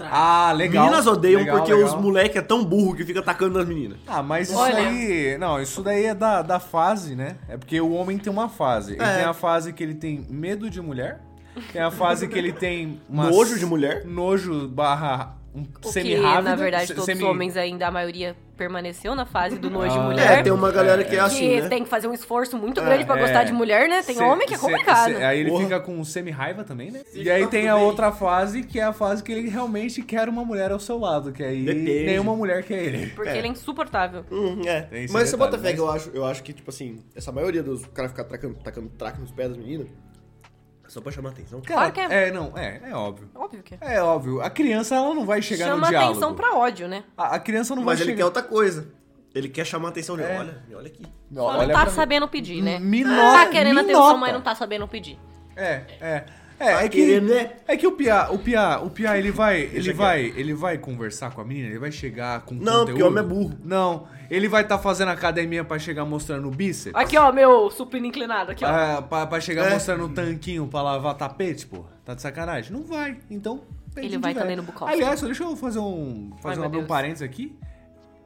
[SPEAKER 1] Ah, legal.
[SPEAKER 2] Meninas odeiam
[SPEAKER 1] Legal,
[SPEAKER 2] porque
[SPEAKER 1] legal.
[SPEAKER 2] os moleque é tão burro que fica atacando as meninas.
[SPEAKER 1] Ah, mas isso
[SPEAKER 4] Olha.
[SPEAKER 1] aí. Não, isso daí é da, da fase, né? É porque o homem tem uma fase. Ele
[SPEAKER 2] É.
[SPEAKER 1] tem a fase que ele tem medo de mulher. Tem a fase que ele tem. uma-
[SPEAKER 2] Nojo de mulher?
[SPEAKER 1] Nojo barra um
[SPEAKER 4] O que,
[SPEAKER 1] semi-rávido.
[SPEAKER 4] na verdade,
[SPEAKER 1] se-
[SPEAKER 4] todos
[SPEAKER 1] semi-
[SPEAKER 4] os homens ainda, a maioria permaneceu na fase do nojo de
[SPEAKER 1] Ah.
[SPEAKER 4] mulher.
[SPEAKER 2] É, tem uma galera que é assim,
[SPEAKER 4] que
[SPEAKER 2] né?
[SPEAKER 4] tem que fazer um esforço muito grande pra
[SPEAKER 1] é.
[SPEAKER 4] gostar de mulher, né? Tem
[SPEAKER 1] Cê-
[SPEAKER 4] homem que é
[SPEAKER 1] cê-
[SPEAKER 4] complicado.
[SPEAKER 1] cê- aí ele
[SPEAKER 2] Porra.
[SPEAKER 1] fica com um semi-raiva também, né?
[SPEAKER 3] Sim,
[SPEAKER 1] e aí
[SPEAKER 3] tá
[SPEAKER 1] tem
[SPEAKER 3] tudo
[SPEAKER 1] a
[SPEAKER 3] bem.
[SPEAKER 1] outra fase, que é a fase que ele realmente quer uma mulher ao seu lado, que aí
[SPEAKER 2] Depende.
[SPEAKER 1] nenhuma mulher quer ele.
[SPEAKER 4] Porque ele é insuportável.
[SPEAKER 2] Uhum, é.
[SPEAKER 1] Tem esse
[SPEAKER 2] Mas você
[SPEAKER 1] detalhe,
[SPEAKER 2] bota fé
[SPEAKER 1] mas-
[SPEAKER 2] que eu acho, eu acho que, tipo assim, essa maioria dos caras ficar tacando, tacando traque nos pés das meninas é só pra chamar atenção.
[SPEAKER 4] Claro que é.
[SPEAKER 1] É, não, é, é óbvio.
[SPEAKER 4] Óbvio que é.
[SPEAKER 1] É óbvio. A criança, ela não vai chegar
[SPEAKER 4] Chama
[SPEAKER 1] no diálogo.
[SPEAKER 4] atenção pra ódio, né?
[SPEAKER 1] a, a criança não
[SPEAKER 2] Mas
[SPEAKER 1] vai
[SPEAKER 2] ele quer
[SPEAKER 1] chegar... É.
[SPEAKER 2] outra coisa. Ele quer chamar atenção dele. Olha, me olha aqui.
[SPEAKER 1] Não,
[SPEAKER 4] Só não tá sabendo pedir, né?
[SPEAKER 1] Me
[SPEAKER 4] Tá
[SPEAKER 1] nota,
[SPEAKER 4] querendo
[SPEAKER 1] me
[SPEAKER 4] atenção,
[SPEAKER 1] nota.
[SPEAKER 4] mas não tá sabendo pedir.
[SPEAKER 1] É, é. É, é que,
[SPEAKER 2] querendo, né?
[SPEAKER 1] é que o Pia, o Pia, o Pia, ele vai, ele
[SPEAKER 2] Deixa
[SPEAKER 1] vai, ele vai conversar com a menina, ele vai chegar com
[SPEAKER 2] Não,
[SPEAKER 1] conteúdo.
[SPEAKER 2] porque homem é burro.
[SPEAKER 1] Não, ele vai estar fazendo academia pra chegar mostrando o bíceps.
[SPEAKER 4] Aqui, ó, meu supino inclinado. Aqui, ó.
[SPEAKER 1] Ah, pra, pra chegar
[SPEAKER 2] É.
[SPEAKER 1] mostrando o tanquinho pra lavar tapete, pô. Tá de sacanagem? Não vai. Então. perde
[SPEAKER 4] Ele
[SPEAKER 1] de
[SPEAKER 4] vai
[SPEAKER 1] velho.
[SPEAKER 4] também no Bukowski.
[SPEAKER 1] Aliás, só deixa eu fazer um. Fazer
[SPEAKER 4] meu
[SPEAKER 1] um, abrir um
[SPEAKER 4] Deus.
[SPEAKER 1] parênteses aqui.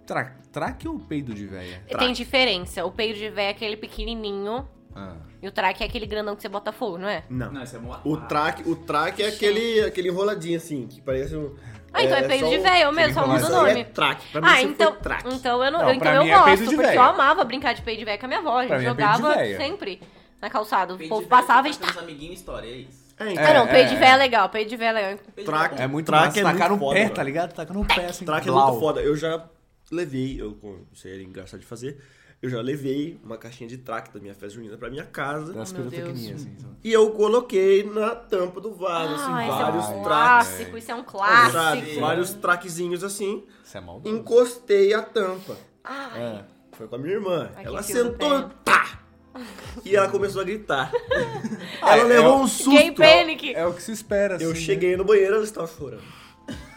[SPEAKER 1] Tra, traque ou peido de véia?
[SPEAKER 4] Tem diferença. O peido de véia é aquele pequenininho
[SPEAKER 1] Ah.
[SPEAKER 4] e o traque é aquele grandão que você bota fogo, não é?
[SPEAKER 2] Não.
[SPEAKER 3] Não, isso é mó
[SPEAKER 2] O traque, o traque é aquele, aquele enroladinho assim, que parece um.
[SPEAKER 4] Ah, então é, peido de véia, o mesmo, só muda o
[SPEAKER 2] Isso aí
[SPEAKER 4] nome.
[SPEAKER 2] tipo, é traque. Pra mim
[SPEAKER 4] Ah,
[SPEAKER 2] sempre
[SPEAKER 4] então,
[SPEAKER 2] foi traque.
[SPEAKER 4] então eu não,
[SPEAKER 1] Não,
[SPEAKER 4] eu- então
[SPEAKER 1] pra
[SPEAKER 4] eu
[SPEAKER 1] mim é peido
[SPEAKER 4] gosto,
[SPEAKER 1] de
[SPEAKER 4] porque
[SPEAKER 1] véia.
[SPEAKER 4] eu amava brincar de peito de véia com a minha avó. A
[SPEAKER 1] Pra
[SPEAKER 4] gente
[SPEAKER 1] mim é peido de
[SPEAKER 4] jogava
[SPEAKER 1] véia.
[SPEAKER 4] sempre na calçada. O
[SPEAKER 3] Peito
[SPEAKER 4] povo
[SPEAKER 3] de
[SPEAKER 4] passava e
[SPEAKER 3] velho,
[SPEAKER 4] está.
[SPEAKER 3] tá com os amiguinhos, história, é isso.
[SPEAKER 2] É, então,
[SPEAKER 4] Ah, não,
[SPEAKER 1] É,
[SPEAKER 4] peito de
[SPEAKER 1] é,
[SPEAKER 4] véia
[SPEAKER 1] é.
[SPEAKER 4] é legal, peito de véia é legal.
[SPEAKER 3] Peito de
[SPEAKER 2] Traque.
[SPEAKER 3] velho
[SPEAKER 1] É muito
[SPEAKER 2] Traque
[SPEAKER 1] massa.
[SPEAKER 2] é muito
[SPEAKER 1] Tacar no
[SPEAKER 2] foda,
[SPEAKER 1] pé,
[SPEAKER 2] mano.
[SPEAKER 1] tá ligado? Tacar no pé, assim.
[SPEAKER 2] Track é
[SPEAKER 1] blau.
[SPEAKER 2] muito foda. Eu já levei, eu, isso aí era engraçado de fazer, eu já levei uma caixinha de track da minha festa junina pra minha casa
[SPEAKER 1] Das
[SPEAKER 4] Oh, meu
[SPEAKER 1] pirotecnias, assim. sabe?
[SPEAKER 2] e eu coloquei na tampa do
[SPEAKER 4] Ah,
[SPEAKER 2] vaso, assim,
[SPEAKER 4] esse
[SPEAKER 2] vários
[SPEAKER 4] é um
[SPEAKER 2] tracks.
[SPEAKER 4] clássico, isso é um
[SPEAKER 2] Sabe?
[SPEAKER 4] clássico.
[SPEAKER 2] Vários traquezinhos assim,
[SPEAKER 1] Isso é maldoso.
[SPEAKER 2] encostei a tampa.
[SPEAKER 4] Ai,
[SPEAKER 2] Foi com a minha irmã.
[SPEAKER 4] Ai, que
[SPEAKER 2] ela
[SPEAKER 4] fio do
[SPEAKER 2] sentou,
[SPEAKER 4] pé.
[SPEAKER 2] tá! E ela começou a gritar. ela levou um
[SPEAKER 4] Gay
[SPEAKER 2] susto.
[SPEAKER 4] panic.
[SPEAKER 1] É o que se espera, assim.
[SPEAKER 2] Eu
[SPEAKER 1] né?
[SPEAKER 2] cheguei no banheiro, ela estava chorando.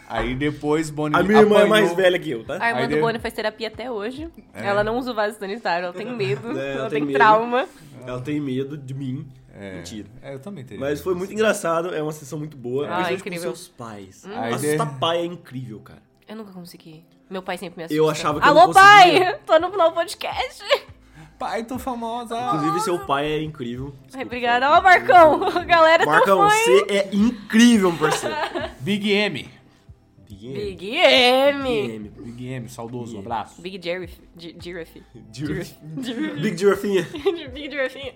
[SPEAKER 1] Aí depois, Bonnie.
[SPEAKER 2] A minha irmã é mais
[SPEAKER 1] apanhou.
[SPEAKER 2] velha que eu, tá?
[SPEAKER 4] A irmã
[SPEAKER 1] Aí
[SPEAKER 4] do
[SPEAKER 1] deu-
[SPEAKER 4] Boni faz terapia até hoje. Ela não usa o vaso sanitário, ela tem medo,
[SPEAKER 2] É,
[SPEAKER 4] ela
[SPEAKER 2] tem
[SPEAKER 4] tem
[SPEAKER 2] medo.
[SPEAKER 4] trauma.
[SPEAKER 2] Ela tem medo de mim.
[SPEAKER 1] É.
[SPEAKER 2] Mentira.
[SPEAKER 1] É, eu também teria.
[SPEAKER 2] Mas foi muito engraçado, é uma sessão muito boa.
[SPEAKER 4] Ah,
[SPEAKER 2] principalmente
[SPEAKER 4] incrível. Hum.
[SPEAKER 2] Com seus pais.
[SPEAKER 1] Aí
[SPEAKER 2] Nossa,
[SPEAKER 1] de-
[SPEAKER 2] essa pai é incrível, cara.
[SPEAKER 4] Eu nunca consegui. Meu pai sempre me assusta.
[SPEAKER 2] Eu achava que eu
[SPEAKER 4] Alô,
[SPEAKER 2] não conseguia.
[SPEAKER 4] pai! Tô no novo podcast.
[SPEAKER 1] Pai, tô famosa.
[SPEAKER 2] Inclusive,
[SPEAKER 4] Ah.
[SPEAKER 2] seu pai é incrível. Desculpa.
[SPEAKER 4] Ai, obrigada. Ó, Marcão. A galera
[SPEAKER 2] Marcão,
[SPEAKER 4] tá fã, hein?
[SPEAKER 2] você é incrível, parceiro.
[SPEAKER 1] Big M.
[SPEAKER 2] Big M.
[SPEAKER 4] Big M.
[SPEAKER 2] M.
[SPEAKER 1] Big M, saudoso. Um abraço.
[SPEAKER 4] Big Giraffe. Gi- Giraffe.
[SPEAKER 2] Giraffe. Big Girafinha.
[SPEAKER 4] Big Giraffinha.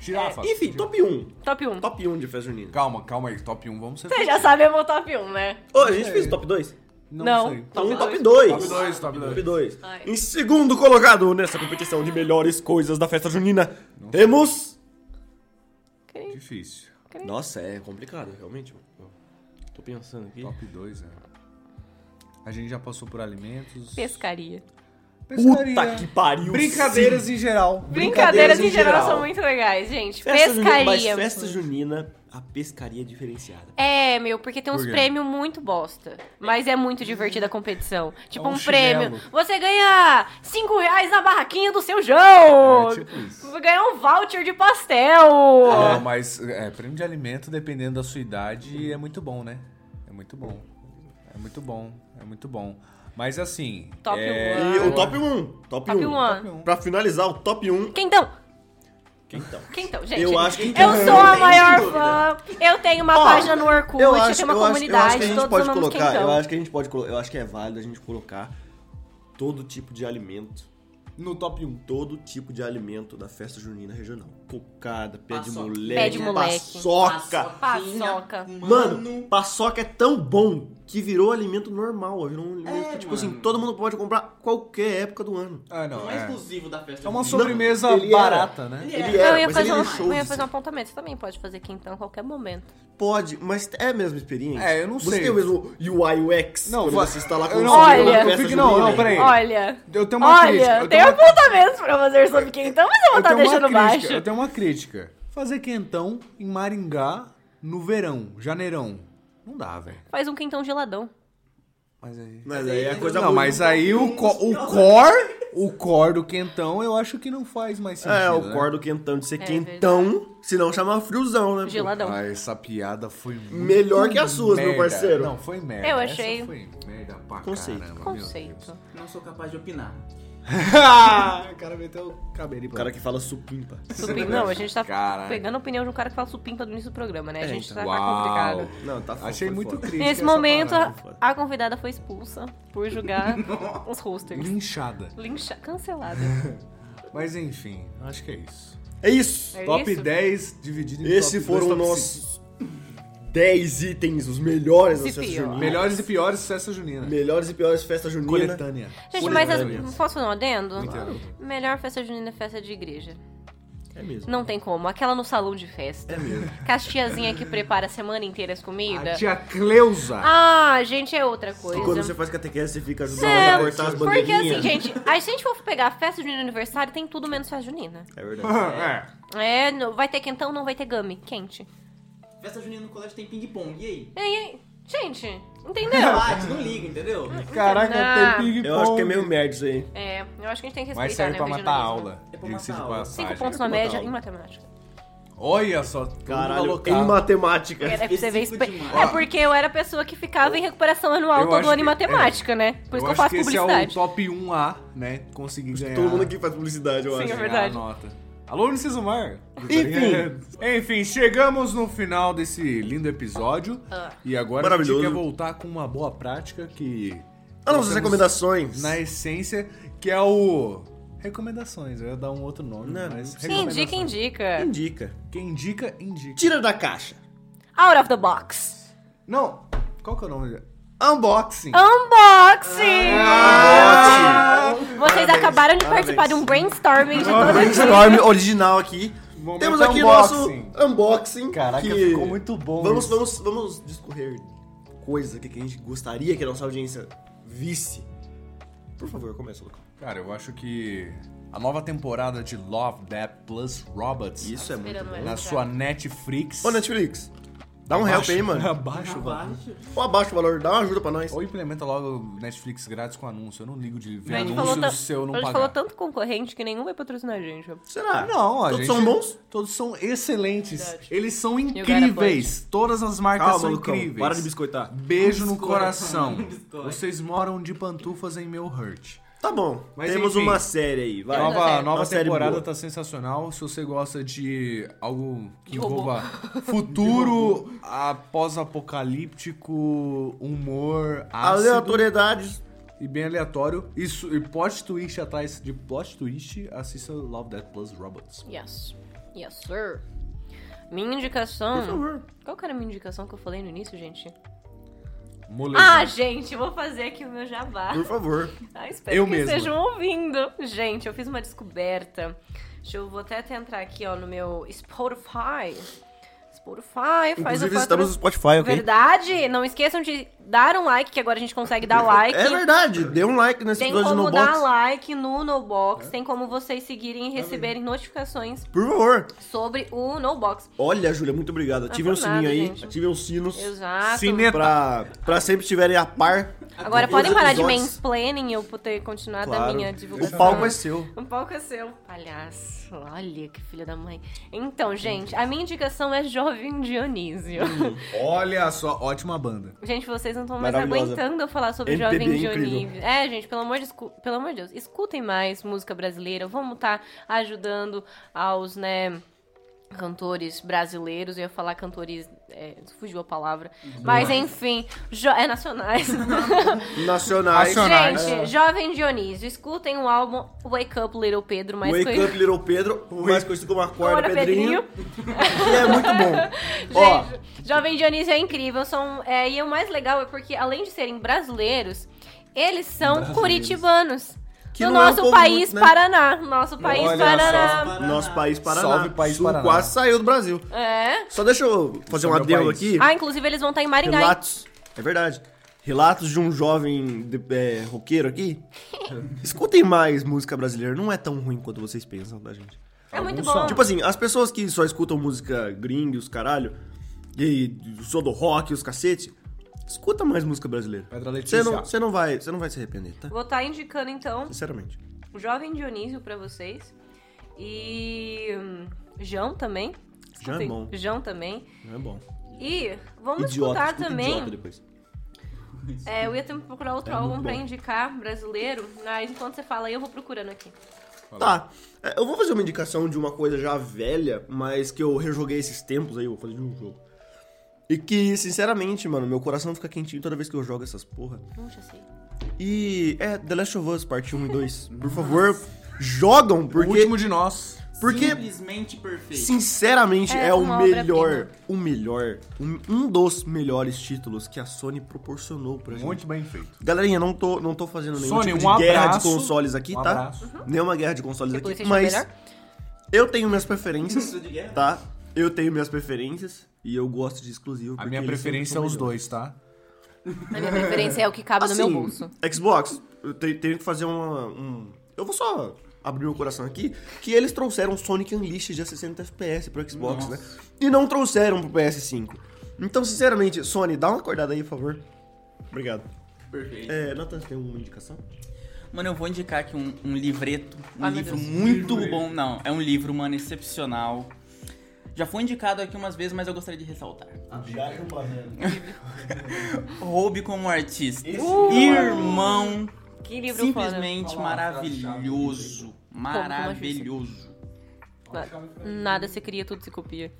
[SPEAKER 1] Girafa.
[SPEAKER 2] Enfim, top 1.
[SPEAKER 4] Top 1.
[SPEAKER 2] Top 1 de festa junina.
[SPEAKER 1] Calma, calma aí. Top 1, vamos ser.
[SPEAKER 4] Você já sabe é meu top 1, né?
[SPEAKER 2] Ô, a gente fez o top 2?
[SPEAKER 4] Não.
[SPEAKER 1] sei.
[SPEAKER 2] Top 1 top
[SPEAKER 4] dois.
[SPEAKER 2] 2.
[SPEAKER 1] Top dois, top dois.
[SPEAKER 2] Top 2.
[SPEAKER 4] Ai.
[SPEAKER 2] Em segundo colocado nessa competição de melhores coisas da festa junina, temos...
[SPEAKER 4] Cri-
[SPEAKER 1] Difícil.
[SPEAKER 2] Nossa, é complicado, realmente. Eu Tô pensando aqui.
[SPEAKER 1] Top 2, é. A gente já passou por alimentos.
[SPEAKER 4] Pescaria.
[SPEAKER 1] pescaria,
[SPEAKER 2] Puta que pariu.
[SPEAKER 1] brincadeiras
[SPEAKER 2] sim.
[SPEAKER 1] em geral.
[SPEAKER 4] Brincadeiras em geral são muito legais, gente.
[SPEAKER 2] Festa junina- mas
[SPEAKER 4] pescaria.
[SPEAKER 2] festa junina, a pescaria é diferenciada.
[SPEAKER 4] É, meu, porque tem uns
[SPEAKER 1] quê?
[SPEAKER 4] prêmios muito bosta. Mas é muito divertida a competição. Tipo,
[SPEAKER 1] um
[SPEAKER 4] um, prêmio.
[SPEAKER 1] chinelo.
[SPEAKER 4] Você ganha 5 reais na barraquinha do seu João!
[SPEAKER 1] É, tipo isso.
[SPEAKER 4] Ganhar um voucher de pastel!
[SPEAKER 1] É, mas é, prêmio de alimento, dependendo da sua idade, é muito bom, né? É muito bom. É muito bom, é muito bom. Mas assim.
[SPEAKER 4] Top um.
[SPEAKER 1] é... um.
[SPEAKER 4] one.
[SPEAKER 2] E o top 1. Top
[SPEAKER 4] Top
[SPEAKER 2] 1.
[SPEAKER 4] one.
[SPEAKER 2] Pra finalizar, o top então? 1.
[SPEAKER 4] Quentão!
[SPEAKER 2] Quentão.
[SPEAKER 4] Quentão, gente.
[SPEAKER 2] Eu acho que
[SPEAKER 4] Eu
[SPEAKER 2] quentão,
[SPEAKER 4] sou
[SPEAKER 2] não
[SPEAKER 4] a
[SPEAKER 2] tem
[SPEAKER 4] maior
[SPEAKER 2] dúvida.
[SPEAKER 4] fã. Eu tenho uma
[SPEAKER 2] Ó,
[SPEAKER 4] página no Orkut, eu, tenho uma comunidade,
[SPEAKER 2] eu acho que a gente
[SPEAKER 4] todos
[SPEAKER 2] pode
[SPEAKER 4] amamos
[SPEAKER 2] colocar,
[SPEAKER 4] quentão.
[SPEAKER 2] eu acho que a gente pode colo- eu acho que é válido a gente colocar todo tipo de alimento no top 1, todo tipo de alimento da festa junina regional. Cocada, pé de
[SPEAKER 3] Paçoca.
[SPEAKER 2] moleque,
[SPEAKER 4] Pé de moleque.
[SPEAKER 3] tá
[SPEAKER 2] paçoca.
[SPEAKER 4] Paçoca.
[SPEAKER 2] Mano, paçoca é tão bom que virou alimento normal, virou um alimento que, tipo
[SPEAKER 3] É, mano.
[SPEAKER 2] assim, todo mundo pode comprar qualquer época do ano.
[SPEAKER 1] Ah,
[SPEAKER 3] Não
[SPEAKER 1] não.
[SPEAKER 3] é
[SPEAKER 1] É,
[SPEAKER 3] exclusivo da festa.
[SPEAKER 1] é uma
[SPEAKER 3] junina.
[SPEAKER 1] sobremesa
[SPEAKER 2] ele era.
[SPEAKER 1] barata, né?
[SPEAKER 3] É.
[SPEAKER 2] Ele
[SPEAKER 4] eu
[SPEAKER 2] era,
[SPEAKER 4] ia
[SPEAKER 2] mas
[SPEAKER 4] fazer,
[SPEAKER 2] ele
[SPEAKER 4] um,
[SPEAKER 2] deixou
[SPEAKER 4] eu ia
[SPEAKER 2] de
[SPEAKER 4] fazer
[SPEAKER 2] ser.
[SPEAKER 4] um apontamento. Você também pode fazer quentão a qualquer momento.
[SPEAKER 2] Pode, mas é a mesma experiência.
[SPEAKER 1] É, eu não
[SPEAKER 2] você
[SPEAKER 1] sei.
[SPEAKER 2] Tem o mesmo UI UX
[SPEAKER 1] Não,
[SPEAKER 2] quando
[SPEAKER 1] va-
[SPEAKER 2] você está lá com
[SPEAKER 1] eu
[SPEAKER 2] o
[SPEAKER 1] não-
[SPEAKER 2] seu
[SPEAKER 4] Olha,
[SPEAKER 2] na
[SPEAKER 1] eu
[SPEAKER 2] festa
[SPEAKER 1] fico- não,
[SPEAKER 2] junina.
[SPEAKER 1] não, peraí. É.
[SPEAKER 4] Olha.
[SPEAKER 1] Eu tenho uma crítica.
[SPEAKER 4] Olha,
[SPEAKER 1] eu
[SPEAKER 4] tem
[SPEAKER 1] tenho uma-
[SPEAKER 4] apontamentos pra fazer sobre quentão, mas eu vou
[SPEAKER 1] eu
[SPEAKER 4] estar
[SPEAKER 1] tenho uma
[SPEAKER 4] deixando
[SPEAKER 1] crítica,
[SPEAKER 4] baixo.
[SPEAKER 1] Eu tenho uma crítica. Fazer quentão em Maringá no verão, janeirão. Não dá, velho.
[SPEAKER 4] Faz um quentão geladão.
[SPEAKER 1] Mas aí.
[SPEAKER 2] Mas aí é coisa
[SPEAKER 1] não,
[SPEAKER 2] boa.
[SPEAKER 1] mas aí o, co- o core, o core do quentão, eu acho que não faz mais sentido.
[SPEAKER 2] É, o
[SPEAKER 1] né?
[SPEAKER 2] cor do quentão de ser
[SPEAKER 4] É
[SPEAKER 2] quentão, se não chama friozão, né? pô?
[SPEAKER 4] Geladão.
[SPEAKER 1] Ah, essa piada foi muito
[SPEAKER 2] Melhor que as suas, meu
[SPEAKER 1] merda.
[SPEAKER 2] parceiro.
[SPEAKER 1] Não, foi merda.
[SPEAKER 4] Eu
[SPEAKER 1] Essa
[SPEAKER 4] achei.
[SPEAKER 1] foi merda pra
[SPEAKER 2] Conceito.
[SPEAKER 1] caramba, meu Deus.
[SPEAKER 4] Conceito.
[SPEAKER 3] Não sou capaz de opinar.
[SPEAKER 1] Ah, o cara meteu o cabelo.
[SPEAKER 2] O cara que fala supimpa.
[SPEAKER 4] Supim- Não, a gente tá
[SPEAKER 1] Caralho.
[SPEAKER 4] pegando a opinião de um cara que fala supimpa no início do programa, né? A gente tá,
[SPEAKER 1] então.
[SPEAKER 4] tá
[SPEAKER 1] Uau.
[SPEAKER 4] complicado.
[SPEAKER 2] Não, tá foda,
[SPEAKER 1] Achei
[SPEAKER 2] foi
[SPEAKER 1] muito
[SPEAKER 2] foda.
[SPEAKER 1] crítico.
[SPEAKER 4] Nesse momento, a, a convidada foi expulsa por julgar os hosters.
[SPEAKER 1] Linchada.
[SPEAKER 4] Lincha... Cancelada.
[SPEAKER 1] Mas enfim, acho que é isso.
[SPEAKER 2] É isso.
[SPEAKER 4] É
[SPEAKER 1] top
[SPEAKER 4] isso?
[SPEAKER 1] 10 dividido em
[SPEAKER 2] Esses
[SPEAKER 1] top dois,
[SPEAKER 2] foram
[SPEAKER 1] top
[SPEAKER 2] nossos 10 itens, os melhores da
[SPEAKER 4] Se
[SPEAKER 2] festa
[SPEAKER 4] pior.
[SPEAKER 1] cinco.
[SPEAKER 2] junina.
[SPEAKER 1] Melhores e piores sucesso junina.
[SPEAKER 2] Melhores e piores festa junina.
[SPEAKER 1] Coletânea.
[SPEAKER 4] Gente, mas as...
[SPEAKER 2] Coletânea.
[SPEAKER 4] posso fazer um adendo?
[SPEAKER 1] Claro.
[SPEAKER 4] Melhor festa junina é festa de igreja.
[SPEAKER 2] É mesmo.
[SPEAKER 4] Não tem como. Aquela no salão de festa. É mesmo. Que as tiazinha que prepara a semana inteira as
[SPEAKER 1] A
[SPEAKER 4] comidas.
[SPEAKER 1] tia Cleusa.
[SPEAKER 4] Ah, gente, é outra coisa.
[SPEAKER 2] E quando você faz catequese, você fica ajudando
[SPEAKER 4] É,
[SPEAKER 2] a cortar as
[SPEAKER 4] Porque assim,
[SPEAKER 2] bandeirinhas.
[SPEAKER 4] gente, a gente for pegar festa junina e aniversário, tem tudo menos festa junina.
[SPEAKER 2] É verdade.
[SPEAKER 1] É.
[SPEAKER 4] É, não- vai ter quentão, não vai ter gummy. Quente.
[SPEAKER 3] Festa junina no colégio tem ping-pong, e aí?
[SPEAKER 4] E aí, gente, entendeu?
[SPEAKER 3] Debate, não liga, entendeu?
[SPEAKER 1] Caraca,
[SPEAKER 4] Ah.
[SPEAKER 1] tem ping-pong.
[SPEAKER 2] Eu acho que é meio merda isso aí.
[SPEAKER 4] É, eu acho que a gente tem que respeitar,
[SPEAKER 1] Mas serve
[SPEAKER 4] né,
[SPEAKER 1] pra
[SPEAKER 4] o
[SPEAKER 1] matar a
[SPEAKER 4] regionalismo.
[SPEAKER 1] aula.
[SPEAKER 3] É pra
[SPEAKER 1] Diga-se de
[SPEAKER 3] matar a aula.
[SPEAKER 1] passagem.
[SPEAKER 4] Cinco pontos na
[SPEAKER 2] matar
[SPEAKER 4] média
[SPEAKER 2] aula.
[SPEAKER 4] em matemática.
[SPEAKER 1] Olha só. tá
[SPEAKER 2] Caralho,
[SPEAKER 1] colocado.
[SPEAKER 2] em matemática.
[SPEAKER 4] É, pra você ver
[SPEAKER 3] específico
[SPEAKER 4] espe-
[SPEAKER 3] demais.
[SPEAKER 4] é porque eu era a pessoa que ficava em recuperação anual
[SPEAKER 1] Eu
[SPEAKER 4] todo
[SPEAKER 1] acho
[SPEAKER 4] ano em
[SPEAKER 1] que- é.
[SPEAKER 4] matemática, né? Por isso que eu
[SPEAKER 1] acho
[SPEAKER 4] faço
[SPEAKER 1] que esse
[SPEAKER 4] publicidade.
[SPEAKER 1] é o top 1A, né? Conseguir ganhar.
[SPEAKER 2] Todo mundo aqui faz publicidade, eu
[SPEAKER 4] Sim,
[SPEAKER 2] acho.
[SPEAKER 4] é verdade.
[SPEAKER 1] ganhar a nota. Alô, Uniceso Mar.
[SPEAKER 2] Enfim.
[SPEAKER 1] Enfim, chegamos no final desse lindo episódio.
[SPEAKER 4] Ah.
[SPEAKER 1] E agora a gente
[SPEAKER 2] Maravilhoso.
[SPEAKER 1] quer voltar com uma boa prática que.
[SPEAKER 2] As nossas
[SPEAKER 1] Nós temos
[SPEAKER 2] recomendações.
[SPEAKER 1] Na essência, que é o. Recomendações, eu ia dar um outro nome, mas.
[SPEAKER 4] Quem indica,
[SPEAKER 1] recomendações.
[SPEAKER 4] indica.
[SPEAKER 2] Indica.
[SPEAKER 1] Quem indica, indica.
[SPEAKER 2] Tira da caixa.
[SPEAKER 4] Out of the box.
[SPEAKER 1] Não! Qual que é o nome? Unboxing!
[SPEAKER 4] Unboxing!
[SPEAKER 1] Ah!
[SPEAKER 2] Unboxing.
[SPEAKER 4] Vocês acabaram de
[SPEAKER 2] parabéns.
[SPEAKER 4] participar de um brainstorming de todo
[SPEAKER 2] brainstorm é original aqui.
[SPEAKER 1] Momento
[SPEAKER 2] Temos aqui
[SPEAKER 1] unboxing.
[SPEAKER 2] nosso unboxing.
[SPEAKER 1] Caraca,
[SPEAKER 2] que-
[SPEAKER 1] ficou muito bom
[SPEAKER 2] Vamos,
[SPEAKER 1] isso.
[SPEAKER 2] vamos, vamos discorrer coisas aqui que a gente gostaria que a nossa audiência visse. Por favor, começa, Lucas.
[SPEAKER 4] Tá
[SPEAKER 1] Cara, eu acho que a nova temporada de Love, Death Plus Robots
[SPEAKER 2] Isso é muito bom.
[SPEAKER 1] na sua Netflix.
[SPEAKER 2] Ô, Netflix, dá um help aí, mano.
[SPEAKER 1] Abaixa o valor.
[SPEAKER 2] Ou abaixa o valor, dá uma ajuda pra nós.
[SPEAKER 1] Ou implementa logo Netflix grátis com anúncio. Eu não ligo de ver
[SPEAKER 4] A gente,
[SPEAKER 1] anúncio
[SPEAKER 4] falou, tan-
[SPEAKER 1] do seu não
[SPEAKER 4] a gente
[SPEAKER 1] pagar.
[SPEAKER 4] falou tanto concorrente que nenhum vai patrocinar a gente.
[SPEAKER 2] Será?
[SPEAKER 1] Não, a
[SPEAKER 2] Todos
[SPEAKER 1] gente-
[SPEAKER 2] são bons?
[SPEAKER 1] Todos são excelentes.
[SPEAKER 4] Verdade.
[SPEAKER 1] Eles são
[SPEAKER 4] gotta
[SPEAKER 1] incríveis. Todas as marcas
[SPEAKER 2] Calma,
[SPEAKER 1] são
[SPEAKER 2] Lucão.
[SPEAKER 1] incríveis.
[SPEAKER 2] Para de biscoitar.
[SPEAKER 1] Beijo no
[SPEAKER 3] Biscoito,
[SPEAKER 1] coração.
[SPEAKER 3] biscoito.
[SPEAKER 1] Vocês moram de pantufas em meu hurt.
[SPEAKER 2] Tá bom.
[SPEAKER 1] Mas
[SPEAKER 2] Temos
[SPEAKER 1] enfim.
[SPEAKER 2] uma série aí, vai.
[SPEAKER 1] Nova,
[SPEAKER 4] série.
[SPEAKER 1] nova
[SPEAKER 2] Uma série
[SPEAKER 1] temporada
[SPEAKER 2] boa.
[SPEAKER 1] tá sensacional. Se você gosta de algo que
[SPEAKER 4] De robô.
[SPEAKER 1] envolva futuro, a- pós-apocalíptico, humor, ácido
[SPEAKER 2] Aleatoriedades.
[SPEAKER 1] e bem aleatório, isso e plot twist atrás de plot twist, assista Love That Plus Robots.
[SPEAKER 4] Yes. Yes, sir. Minha indicação. Por favor. Qual que era a minha indicação que eu falei no início, gente? Ah,
[SPEAKER 1] Molejão.
[SPEAKER 4] gente, vou fazer aqui o meu jabá.
[SPEAKER 2] Por favor.
[SPEAKER 4] Ah, espero
[SPEAKER 1] Eu
[SPEAKER 4] que
[SPEAKER 1] mesma.
[SPEAKER 4] estejam ouvindo. Gente, eu fiz uma descoberta. Deixa eu vou até tentar aqui, ó, no meu Spotify. Spotify, faz
[SPEAKER 2] Inclusive,
[SPEAKER 4] o
[SPEAKER 2] estamos no Spotify, ok?
[SPEAKER 4] Verdade? Não esqueçam de dar um like, que agora a gente consegue dar like.
[SPEAKER 2] É verdade, dê um like nesse
[SPEAKER 4] Tem
[SPEAKER 2] episódio
[SPEAKER 4] como
[SPEAKER 2] no
[SPEAKER 4] dar
[SPEAKER 2] box. É. Tá
[SPEAKER 4] like no NoBox, tem como vocês seguirem e receberem notificações
[SPEAKER 2] Por favor.
[SPEAKER 4] sobre o NoBox.
[SPEAKER 2] Olha, Júlia, muito obrigado.
[SPEAKER 4] por
[SPEAKER 2] Ativem o sininho
[SPEAKER 4] nada,
[SPEAKER 2] aí,
[SPEAKER 4] gente.
[SPEAKER 2] ativem os sinos.
[SPEAKER 4] Exato.
[SPEAKER 2] né?
[SPEAKER 5] Cine-
[SPEAKER 2] Pra, pra sempre estiverem a par.
[SPEAKER 4] Agora
[SPEAKER 2] dos
[SPEAKER 4] podem parar de
[SPEAKER 2] episódios.
[SPEAKER 4] mansplaining e eu ter continuado a
[SPEAKER 2] Claro.
[SPEAKER 4] minha
[SPEAKER 2] O
[SPEAKER 4] divulgação.
[SPEAKER 2] palco é seu.
[SPEAKER 4] Um palco é seu. Palhaço. Olha que filha da mãe. Então, gente, a minha indicação é Jovem Dionísio.
[SPEAKER 5] Olha só, ótima banda.
[SPEAKER 4] Gente, vocês não estão mais
[SPEAKER 2] Maravilhosa.
[SPEAKER 4] aguentando eu falar sobre
[SPEAKER 2] MPB
[SPEAKER 4] Jovem
[SPEAKER 2] é incrível.
[SPEAKER 4] Dionísio. É, gente, pelo amor, de, escu- pelo amor de Deus, escutem mais música brasileira. Vamos estar ajudando aos, né, cantores brasileiros. Eu ia falar cantores... é, fugiu a palavra. Mas, enfim, jo- é nacionais.
[SPEAKER 2] Nacionais.
[SPEAKER 5] Nacionais.
[SPEAKER 4] Gente, Jovem Dionísio, escutem o álbum Wake Up Little Pedro, mais
[SPEAKER 2] Wake
[SPEAKER 4] conhecido
[SPEAKER 2] Up Little Pedro, mais conhecido como Acorda
[SPEAKER 4] Acorda,
[SPEAKER 2] Pedrinho. E é muito bom. Ó.
[SPEAKER 4] Gente, Jovem Dionísio é incrível. São, é, e o mais legal é porque, além de serem brasileiros, eles são curitibanos.
[SPEAKER 2] Que
[SPEAKER 4] do
[SPEAKER 2] não é um
[SPEAKER 4] nosso
[SPEAKER 2] povo
[SPEAKER 4] país
[SPEAKER 2] muito, né?
[SPEAKER 4] Paraná. Nosso país
[SPEAKER 1] Olha
[SPEAKER 4] Paraná.
[SPEAKER 3] Paraná.
[SPEAKER 2] Nosso país Paraná.
[SPEAKER 1] Salve, país
[SPEAKER 2] Sul
[SPEAKER 1] Paraná.
[SPEAKER 2] quase saiu do Brasil.
[SPEAKER 4] É.
[SPEAKER 2] Só deixa eu fazer um
[SPEAKER 1] Sobre o
[SPEAKER 2] adendo
[SPEAKER 1] país.
[SPEAKER 2] aqui.
[SPEAKER 4] Ah, inclusive eles vão estar em Maringá. hein?
[SPEAKER 2] Relatos. É verdade. Relatos de um jovem de- é, roqueiro aqui. Escutem mais música brasileira. Não é tão ruim quanto vocês pensam, tá, gente?
[SPEAKER 4] É muito
[SPEAKER 2] Alguns são.
[SPEAKER 4] bom.
[SPEAKER 2] Tipo assim, as pessoas que só escutam música gringa e os caralho, e sou do rock e os cacete, escuta mais música brasileira.
[SPEAKER 5] Pedra
[SPEAKER 2] Você
[SPEAKER 5] Letícia.
[SPEAKER 2] não, você não, vai- você não vai se arrepender, tá?
[SPEAKER 4] Vou estar indicando, então,
[SPEAKER 2] Sinceramente.
[SPEAKER 4] o Jovem Dionísio pra vocês. E. hum, Jão também.
[SPEAKER 2] Já é
[SPEAKER 4] Escutem,
[SPEAKER 2] bom.
[SPEAKER 4] Jão também.
[SPEAKER 2] Não é bom.
[SPEAKER 4] E vamos
[SPEAKER 2] Idiota,
[SPEAKER 4] escutar
[SPEAKER 2] escuta
[SPEAKER 4] também.
[SPEAKER 2] idiota depois.
[SPEAKER 4] É, eu ia ter que procurar outro
[SPEAKER 2] É muito
[SPEAKER 4] álbum pra
[SPEAKER 2] bom.
[SPEAKER 4] indicar brasileiro, mas enquanto você fala aí, eu vou procurando aqui.
[SPEAKER 2] Tá. É, Eu vou fazer uma indicação de uma coisa já velha, mas que eu rejoguei esses tempos aí, vou fazer de um jogo. E que, sinceramente, mano, meu coração fica quentinho toda vez que eu jogo essas porra.
[SPEAKER 4] Hum, já sei.
[SPEAKER 2] E é The Last of Us, parte 1 e 2. Por favor, jogam,
[SPEAKER 5] O
[SPEAKER 2] porque,
[SPEAKER 5] último de nós.
[SPEAKER 2] porque
[SPEAKER 3] Simplesmente perfeito.
[SPEAKER 2] sinceramente,
[SPEAKER 4] É
[SPEAKER 2] é, o
[SPEAKER 4] uma
[SPEAKER 2] melhor, o melhor, um, um dos melhores títulos que a Sony proporcionou pra gente.
[SPEAKER 5] Muito bem feito.
[SPEAKER 2] Galerinha, não tô, não tô fazendo nenhum
[SPEAKER 5] Um Sony,
[SPEAKER 2] tipo de
[SPEAKER 5] um
[SPEAKER 2] guerra
[SPEAKER 5] abraço.
[SPEAKER 2] de consoles aqui,
[SPEAKER 5] Um
[SPEAKER 2] tá?
[SPEAKER 5] abraço.
[SPEAKER 2] Nenhuma guerra de consoles
[SPEAKER 4] Porque
[SPEAKER 2] aqui,
[SPEAKER 4] PlayStation é
[SPEAKER 2] mas
[SPEAKER 4] melhor?
[SPEAKER 2] eu tenho minhas preferências,
[SPEAKER 3] Tudo de guerra.
[SPEAKER 2] tá? Eu tenho minhas preferências e eu gosto de exclusivo.
[SPEAKER 5] A
[SPEAKER 2] porque
[SPEAKER 5] minha
[SPEAKER 2] eles
[SPEAKER 5] preferência é
[SPEAKER 2] sempre
[SPEAKER 5] os
[SPEAKER 2] são melhores.
[SPEAKER 5] dois, tá?
[SPEAKER 4] A minha preferência é o que cabe no meu
[SPEAKER 2] Assim,
[SPEAKER 4] bolso.
[SPEAKER 2] Xbox, eu te- tenho que fazer uma, um... Eu vou só abrir meu coração aqui, que eles trouxeram Sonic Unleashed de 60 FPS pro Xbox, né? E não trouxeram pro PS5. Então, sinceramente, Sony, dá uma acordada aí, por favor. Obrigado.
[SPEAKER 3] Perfeito.
[SPEAKER 2] É, Nathan, você tem uma indicação?
[SPEAKER 3] Mano, eu vou indicar aqui um, um livreto. Um
[SPEAKER 4] Ai, meu
[SPEAKER 3] livro
[SPEAKER 4] Deus.
[SPEAKER 3] muito bom. Não, é um livro, mano, excepcional. Já foi indicado aqui umas vezes, mas eu gostaria de ressaltar.
[SPEAKER 4] Ah,
[SPEAKER 3] Roube como artista. é Irmão.
[SPEAKER 4] Que livro
[SPEAKER 3] simplesmente maravilhoso. Maravilhoso.
[SPEAKER 4] foda. Na- Nada se cria, tudo se copia.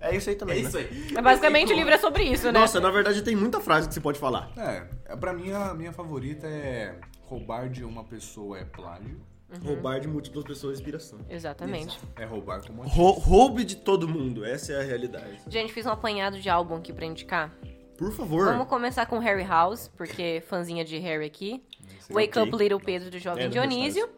[SPEAKER 2] É isso aí também,
[SPEAKER 3] É
[SPEAKER 2] né?
[SPEAKER 3] isso aí.
[SPEAKER 4] Mas basicamente o livro é sobre isso, né?
[SPEAKER 2] Nossa, na verdade tem muita frase que você pode falar.
[SPEAKER 5] É, pra mim a minha favorita é roubar de uma pessoa é plágio.
[SPEAKER 2] Roubar de múltiplas pessoas é inspiração.
[SPEAKER 4] Exatamente.
[SPEAKER 5] É roubar com uma.
[SPEAKER 2] Rou- roube de todo mundo, essa é a realidade.
[SPEAKER 4] Gente, fiz um apanhado de álbum aqui pra indicar.
[SPEAKER 2] Por favor.
[SPEAKER 4] Vamos começar com Harry House, porque fãzinha de Harry aqui. Wake Up Little Pedro do Jovem
[SPEAKER 2] É, não
[SPEAKER 4] Dionísio.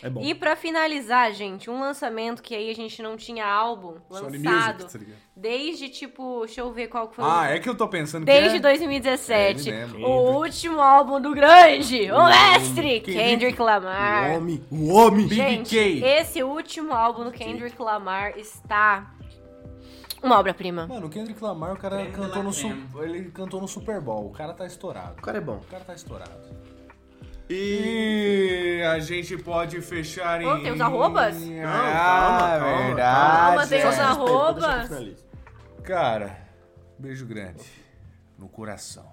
[SPEAKER 2] É bom.
[SPEAKER 4] E pra finalizar, gente, um lançamento que aí a gente não tinha álbum
[SPEAKER 5] Sony
[SPEAKER 4] lançado
[SPEAKER 5] Music, tá ligado?
[SPEAKER 4] desde tipo, deixa eu ver qual que foi. o-
[SPEAKER 5] Ah, é que eu tô pensando que
[SPEAKER 4] Desde
[SPEAKER 5] é...
[SPEAKER 4] 2017,
[SPEAKER 5] É, ele mesmo.
[SPEAKER 4] o último álbum do grande, o mestre Kendrick
[SPEAKER 2] O
[SPEAKER 4] Lamar.
[SPEAKER 2] homem, o homem.
[SPEAKER 4] Gente,
[SPEAKER 5] K.
[SPEAKER 4] esse último álbum do Kendrick Lamar está uma obra-prima.
[SPEAKER 5] Mano, o Kendrick Lamar, o cara
[SPEAKER 3] Creme de
[SPEAKER 5] cantou
[SPEAKER 3] la
[SPEAKER 5] no
[SPEAKER 3] creme.
[SPEAKER 5] Su- ele cantou no Super Bowl. O cara tá estourado.
[SPEAKER 2] O cara é bom.
[SPEAKER 5] O cara tá estourado.
[SPEAKER 2] E
[SPEAKER 5] E a gente pode fechar em. Ah,
[SPEAKER 4] Ô, tem os arrobas?
[SPEAKER 1] Ah,
[SPEAKER 5] Não,
[SPEAKER 2] calma, calma,
[SPEAKER 5] verdade.
[SPEAKER 4] calma, tem
[SPEAKER 5] é.
[SPEAKER 4] os
[SPEAKER 2] Só se respeita,
[SPEAKER 4] arrobas.
[SPEAKER 2] deixa que eu finalize.
[SPEAKER 5] Cara, beijo grande. No coração.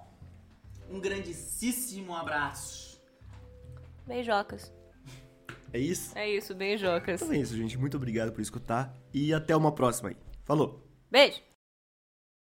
[SPEAKER 3] Um grandíssimo abraço.
[SPEAKER 4] Beijocas.
[SPEAKER 2] É isso?
[SPEAKER 4] É isso, beijocas.
[SPEAKER 2] Então é isso, gente. Muito obrigado por escutar e até uma próxima aí. Falou.
[SPEAKER 4] Beijo.